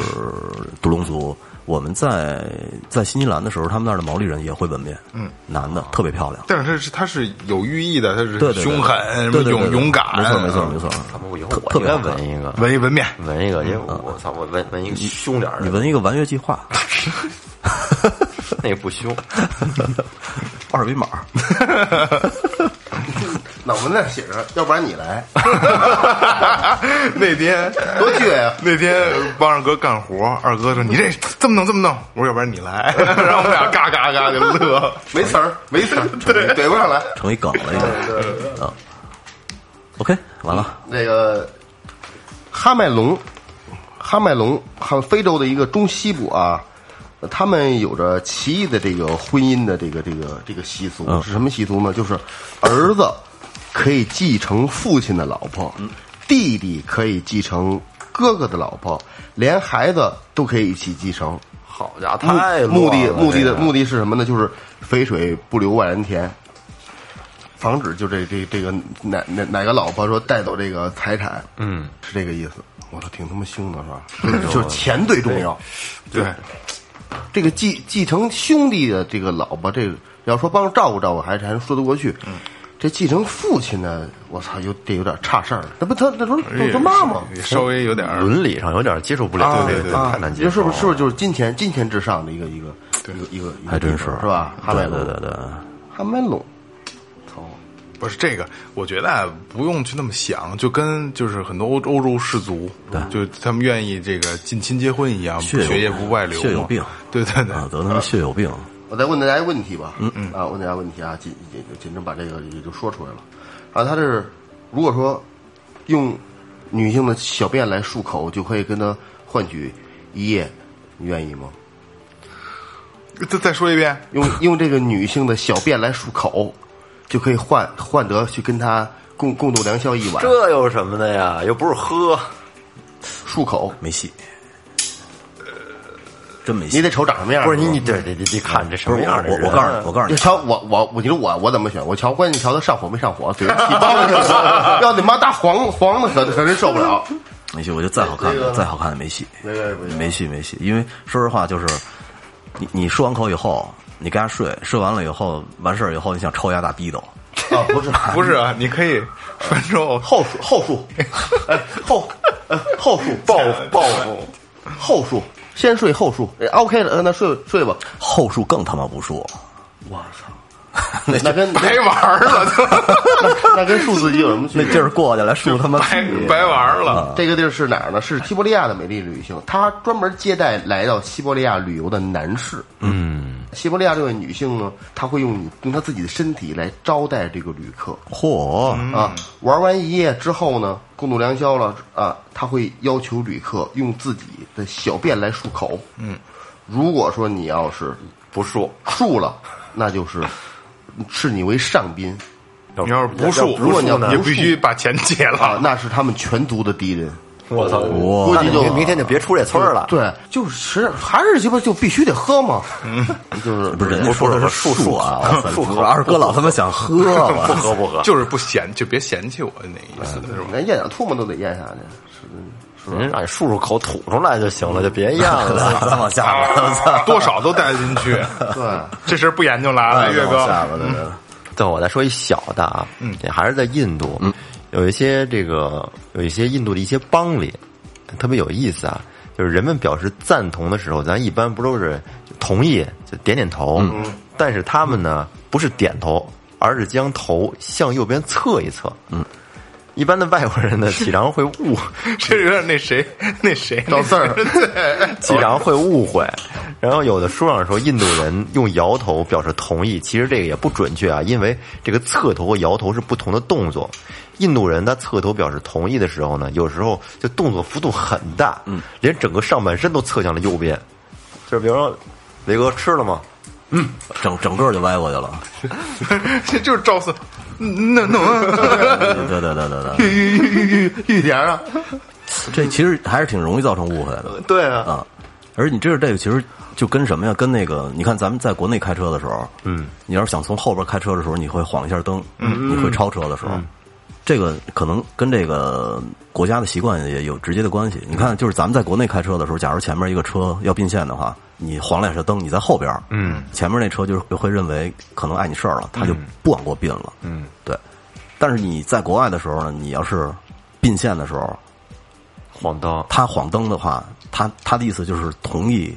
Speaker 5: 独龙族，我们在在新西兰的时候，他们那儿的毛利人也会纹面，嗯，男的特别漂亮，
Speaker 3: 但是是它是有寓意的，它是
Speaker 5: 对对对
Speaker 3: 凶狠、
Speaker 5: 对对对
Speaker 3: 勇
Speaker 5: 对
Speaker 3: 勇敢，啊
Speaker 5: 没错没错没。错。
Speaker 6: 我以后
Speaker 5: 特
Speaker 6: 我
Speaker 5: 特
Speaker 6: 应
Speaker 5: 别
Speaker 6: 该
Speaker 5: 好看
Speaker 6: 纹一个，
Speaker 3: 纹一纹面，
Speaker 6: 纹一个，因为我我操，我纹纹一个凶点儿
Speaker 5: 你
Speaker 6: 的，
Speaker 5: 纹一个完月计划，
Speaker 6: 那个不凶。
Speaker 5: 二维码，
Speaker 4: 那我们那写着，要不然你来，
Speaker 3: 那天
Speaker 4: 多倔呀！
Speaker 3: 那天帮二哥干活，二哥说：“你这这么弄这么弄。”我说：“要不然你来。” 然后我们俩嘎嘎嘎就 乐。
Speaker 4: 没词儿，没词儿， 对，怼不上来。
Speaker 5: 成一梗了已经。啊，OK，完了，
Speaker 4: 那个哈麦隆，哈麦隆，还有非洲的一个中西部啊，他们有着奇异的这个婚姻的这个这个这个习俗，是什么习俗呢？就是儿子可以继承父亲的老婆，弟弟可以继承哥哥的老婆，连孩子都可以一起继承。
Speaker 6: 好家伙，太
Speaker 4: 嗯目的
Speaker 6: 乱了
Speaker 4: 目的
Speaker 6: 这
Speaker 4: 的
Speaker 6: 个
Speaker 4: 目的是什么呢？就是肥水不流外人田，防止就这这这个哪哪哪个老婆说带走这个财产，嗯，是这个意思。我操，挺他妈凶的是吧？就是钱最重要。
Speaker 3: 对，
Speaker 4: 这个继继承兄弟的这个老婆，这个要说帮照顾照顾还是还能说得过去。嗯，这继承父亲的，我操，有得有点差事儿。那不他那时候
Speaker 3: 哎
Speaker 4: 都哦他妈吗？
Speaker 3: 也稍微有点儿
Speaker 6: 伦理上有点接受不了，啊对对，太难接
Speaker 4: 就
Speaker 6: 受。
Speaker 4: 是不是是不是就是金钱金钱至上的一个一个一个一个一个
Speaker 5: 还真
Speaker 4: 地
Speaker 5: 是
Speaker 4: 方是吧？哈
Speaker 5: 对
Speaker 4: 麦
Speaker 5: 对
Speaker 4: 隆
Speaker 5: 对对，
Speaker 4: 哈麦隆，操！
Speaker 3: 不是这个，我觉得啊不用去那么想，就跟就是很多欧欧洲氏族，就他们愿意这个近亲结婚一样，
Speaker 5: 血有
Speaker 3: 血液不外流嘛，
Speaker 5: 血有病
Speaker 3: 对对对，
Speaker 5: 啊，得他妈血友病，
Speaker 4: 我再问大家一个问题吧，嗯嗯啊，问大家问题啊，紧紧紧张把这个也就说出来了。啊，他这是如果说用女性的小便来漱口，就可以跟他换取一夜，你愿意吗？
Speaker 3: 再再说一遍，
Speaker 4: 用用这个女性的小便来漱口，就可以换换得去跟他共共度良宵一晚。
Speaker 6: 这有什么的呀？又不是喝，
Speaker 4: 漱口，
Speaker 5: 没戏，真没戏。
Speaker 4: 你得啊瞅长什么样儿。
Speaker 6: 不是你
Speaker 4: 吧
Speaker 6: 你对你你你看这什
Speaker 5: 不
Speaker 6: 么
Speaker 5: 是我
Speaker 6: 样的
Speaker 5: 我
Speaker 6: 人啊
Speaker 5: 我告诉你，我告诉你
Speaker 4: 就，瞧我我我，你说我我怎么选？我瞧关键瞧他上火没上火，嘴上起包就行了。要你妈大黄黄的可可真受不了。
Speaker 5: 没戏，我就再好看
Speaker 4: 这
Speaker 5: 的
Speaker 4: 个
Speaker 5: 再好看的没戏，
Speaker 4: 没事没事
Speaker 5: 没戏没戏，因为说实话就是，你你漱完口以后，你跟他睡，睡完了以后完事儿以后，你想抽一下大逼斗，
Speaker 4: 啊，不是
Speaker 3: 不是啊，你可以反正
Speaker 4: 后数后数，哎后呃后数 报复报复后数，先睡后数。哎 OK 了，呃那睡睡吧。
Speaker 5: 后数更他妈无数，
Speaker 4: 我操， 那跟 那
Speaker 3: 白玩儿 了，
Speaker 4: 那跟数字机有 什么区
Speaker 5: 那
Speaker 4: 别？啊
Speaker 5: 劲儿过去了，数他妈
Speaker 3: 白
Speaker 5: 屁
Speaker 3: 哎白玩儿了。
Speaker 4: 这个地儿是哪儿呢？是西伯利亚的美丽女性，她专门接待来到西伯利亚旅游的男士。嗯，西伯利亚这位女性呢，她会用用她自己的身体来招待这个旅客、
Speaker 5: 嚯，
Speaker 4: 啊。玩完一夜之后呢，共度良宵了啊，她会要求旅客用自己的小便来漱口。嗯，如果说你要是
Speaker 6: 不漱，
Speaker 4: 漱了，那 就是视你为上宾
Speaker 3: 你要是不
Speaker 6: 要
Speaker 3: 漱，
Speaker 6: 不漱呢
Speaker 3: 也必须把钱结
Speaker 4: 啊，
Speaker 3: 了。
Speaker 4: 那是他们全族的敌人。
Speaker 6: 我操，
Speaker 5: 哇
Speaker 6: 那你明明天就别出这村儿了。
Speaker 4: 对，就是实还是鸡巴就必须得喝嘛，就是
Speaker 5: 嗯不是人家
Speaker 6: 我
Speaker 5: 说的
Speaker 6: 我
Speaker 5: 是
Speaker 6: 数
Speaker 5: 数啊，我
Speaker 6: 数
Speaker 5: 操二哥老他妈想喝
Speaker 6: 不
Speaker 5: 了，
Speaker 6: 喝不喝，
Speaker 3: 就是不嫌，就别嫌弃我那意思是吧？
Speaker 4: 连咽点唾沫都得咽下去，是
Speaker 6: 您让你漱漱口吐出来就行了，就别咽 了。
Speaker 5: 再往下吧，
Speaker 3: 多少都带进去。对，这事儿不研究了啊，岳
Speaker 5: 再往
Speaker 3: 哥。
Speaker 5: 下吧，对对。
Speaker 6: 对，我再说一小的啊，嗯，也还是在印度，嗯，有一些这个有一些印度的一些邦里，特别有意思啊，就是人们表示赞同的时候，咱一般不都是同意就点点头，嗯，但是他们呢不是点头，而是将头向右边侧一侧，嗯。一般的外国人呢， 起然会误，
Speaker 3: 这有点那谁，那谁
Speaker 4: 赵四儿，
Speaker 6: 经常会误会。然后有的书上说印度人用摇头表示同意，其实这个也不准确啊，因为这个侧头和摇头是不同的动作。印度人他侧头表示同意的时候呢，有时候就动作幅度很大，嗯，连整个上半身都侧向了右边。就是比如说，雷哥吃了吗？
Speaker 5: 整整个就歪过去了，
Speaker 3: 这就是赵四。嗯那那
Speaker 5: 对对对对对对，
Speaker 4: 玉玉玉玉田啊，
Speaker 5: 这其实还是挺容易造成误会的。
Speaker 6: 对啊，
Speaker 5: 啊。而你知道这个其实就跟什么呀？跟那个，你看咱们在国内开车的时候，嗯，你要是想从后边开车的时候，你会晃一下灯，嗯，你会超车的时候，这个可能跟这个国家的习惯也有直接的关系。你看，就是咱们在国内开车的时候，假如前面一个车要并线的话，你晃两下灯，你在后边，嗯，前面那车就是会认为可能碍你事儿了，他就不往过并了，嗯，对。但是你在国外的时候呢，你要是并线的时候，
Speaker 6: 晃灯，
Speaker 5: 他晃灯的话，他他的意思就是同意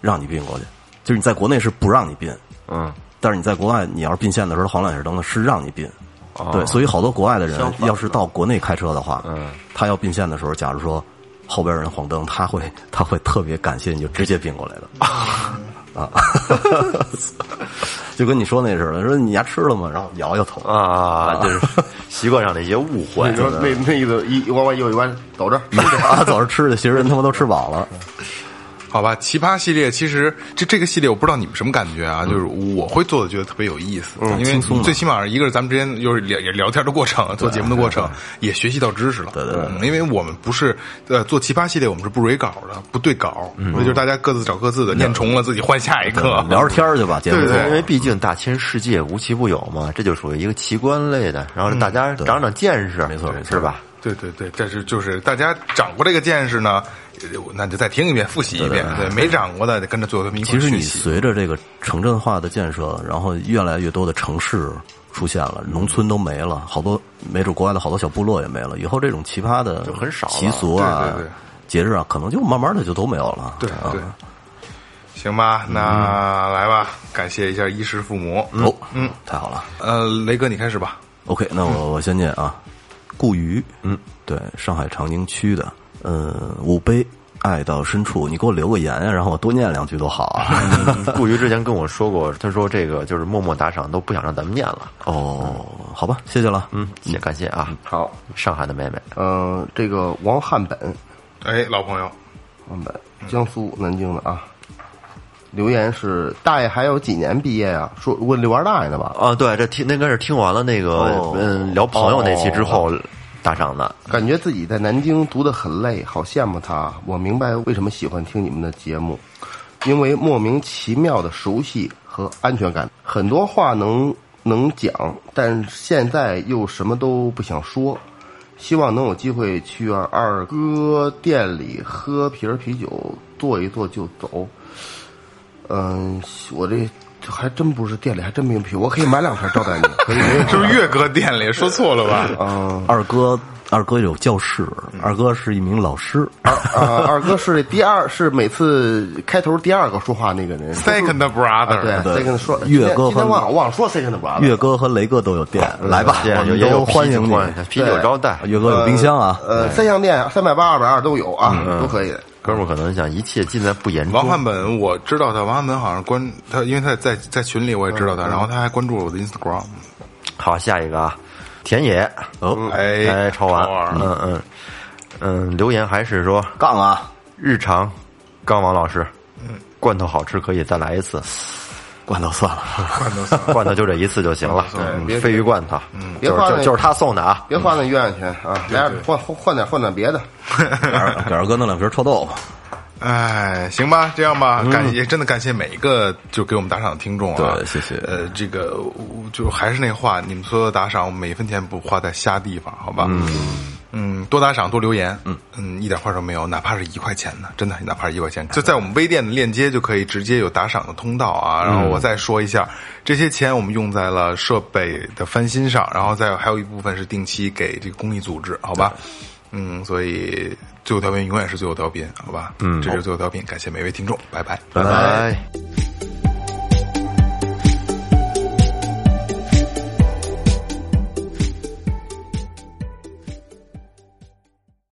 Speaker 5: 让你并过去，就是你在国内是不让你并，
Speaker 6: 嗯，
Speaker 5: 但是你在国外，你要是并线的时候晃两下灯呢，是让你并。
Speaker 3: 哦
Speaker 5: 对，所以好多国外的人要是到国内开车的话，嗯，他要并线的时候，假如说后边有人晃灯，他会 他会特别感谢你，就直接并过来了。
Speaker 3: 哦
Speaker 5: 啊， 就跟你说那似的，说你牙吃了吗？然后摇摇头
Speaker 3: 哦
Speaker 6: 啊，就是 习惯上的一些误会
Speaker 4: 你。说那那意思一往外右一弯，走这儿，
Speaker 5: 啊，早上吃的，其实人他妈都吃 饱了。
Speaker 3: 好吧，奇葩系列其实这这个系列我不知道你们什么感觉啊，就是我会做的觉得特别有意思，因为最起码一个是咱们之间又是聊也聊天的过程，做节目的过程也学习到知识了。啊对对，因为我们不是呃做奇葩系列，我们是不蕊稿的，不对稿，所以就是大家各自找各自的，念重了自己换下一个。
Speaker 5: 聊着天儿去吧，节目
Speaker 3: 对
Speaker 5: 做
Speaker 3: 对
Speaker 5: 完
Speaker 6: 因为毕竟大千世界无奇不有嘛，这就属于一个奇观类的，然后大家长长见识，嗯没错，没错，是吧？
Speaker 3: 对对对，但是就是大家长过这个见识呢，呃那就再听一遍，复习一遍。对，没长过的得跟着做一块
Speaker 5: 其
Speaker 3: 儿
Speaker 5: 实
Speaker 3: 学
Speaker 5: 你
Speaker 3: 习。
Speaker 5: 随着这个城镇化的建设，然后越来越多的城市出现了，农村都没了，好多没准国外的好多小部落也没了，以后这种奇葩的
Speaker 6: 就很少了
Speaker 5: 习俗啊、
Speaker 3: 对对对
Speaker 5: 节日啊，可能就慢慢的就都没有了。
Speaker 3: 对
Speaker 5: 啊
Speaker 3: 对，行吧，那来吧，感谢一下衣食父母。
Speaker 5: 哦，嗯，太好了。
Speaker 3: 呃，雷哥你开始吧。
Speaker 5: OK，那我我先念啊，顾余，嗯，对，上海长宁区的，呃，五杯。爱到深处，你给我留个言啊，然后我多念两句多好 啊！
Speaker 6: 顾瑜之前跟我说过，他说这个就是默默打赏，都不想让咱们念了。
Speaker 5: 哦，好吧，谢谢了。嗯，
Speaker 6: 也感谢啊，
Speaker 4: 好，
Speaker 6: 上海的妹妹，
Speaker 4: 嗯，这个王汉本，
Speaker 3: 哎，老朋友，
Speaker 4: 王本，嗯江苏南京的啊，留言是大爷还有几年毕业啊？说问遛弯大爷的吧，
Speaker 6: 啊，对，这听那应该是听完了那个、
Speaker 4: 哦
Speaker 6: 嗯聊朋友那期之
Speaker 5: 哦
Speaker 6: 后、打赏的，
Speaker 4: 感觉自己在南京读得很累，好羡慕他。我明白为什么喜欢听你们的节目，因为莫名其妙的熟悉和安全感。很多话能能讲，但现在又什么都不想说。希望能有机会去二二哥店里喝瓶啤酒，坐一坐就走。嗯，我这这还真不是店里，还真没有啤，我可以买两瓶招 待你。可以，嗯没有
Speaker 3: 是不是岳哥店里 说错了
Speaker 5: 啊
Speaker 3: 吧？
Speaker 5: 二哥，二哥有教室，二哥是一名老师。
Speaker 4: 啊，二哥是第二，是每次开头第二个说话那个人。
Speaker 3: Second
Speaker 4: 啊，对
Speaker 3: brother，
Speaker 4: ，second 说
Speaker 5: 岳哥和
Speaker 4: 今天忘了忘了说 second 吧。
Speaker 5: 岳哥和雷哥都有店，来吧，
Speaker 6: 也
Speaker 5: 我
Speaker 6: 嗯有
Speaker 5: 们
Speaker 6: 也有
Speaker 5: 都欢迎
Speaker 6: 啤
Speaker 5: 你
Speaker 6: 酒。啤酒招待。
Speaker 5: 岳哥有冰箱啊，嗯
Speaker 4: 呃，三项店三百八、二百二都有啊，都可以。
Speaker 6: 哥们儿可能想一切尽在不言中。
Speaker 3: 王汉本，我知道他，王汉本好像关他，因为他在在群里我也知
Speaker 5: 嗯
Speaker 3: 道他，然后他还关注了我的 Instagram。
Speaker 6: 好，下一个啊，田野，哦
Speaker 3: 哎
Speaker 6: 哎，超完
Speaker 3: 超，完
Speaker 6: 嗯嗯嗯，留言还是说
Speaker 5: 杠啊，嗯
Speaker 6: 日常，刚王老师，罐头好吃可以再来一次，
Speaker 5: 罐头算了，
Speaker 6: 罐头就这一次就行了，嗯鲱鱼罐头，嗯，
Speaker 4: 别
Speaker 6: 就是
Speaker 4: 花
Speaker 6: 就
Speaker 4: 那
Speaker 6: 就是他送的啊，
Speaker 4: 别花那冤枉钱啊，来换换换点换点别的。
Speaker 5: 给二 给二哥弄两瓶臭豆腐。
Speaker 3: 哎，行吧，这样吧，感谢、真的感谢每一个就给我们打赏的听众啊，
Speaker 5: 嗯对谢谢
Speaker 3: 呃，这个我就还是那话，你们所有的打赏，我们每一分钱不花在瞎地方，好吧？嗯，嗯，多打赏，多留言，嗯嗯，一点话说没有，哪怕是一块钱呢，真的，哪怕是一块钱，就在我们微店的链接就可以直接有打赏的通道啊。然后我再说一下，这些钱我们用在了设备的翻新上，然后再还有一部分是定期给这个公益组织，好吧？嗯，所以最后调频永远是最后调频，好吧？嗯，这是最后调频，感谢每位听众，拜拜。
Speaker 6: 拜拜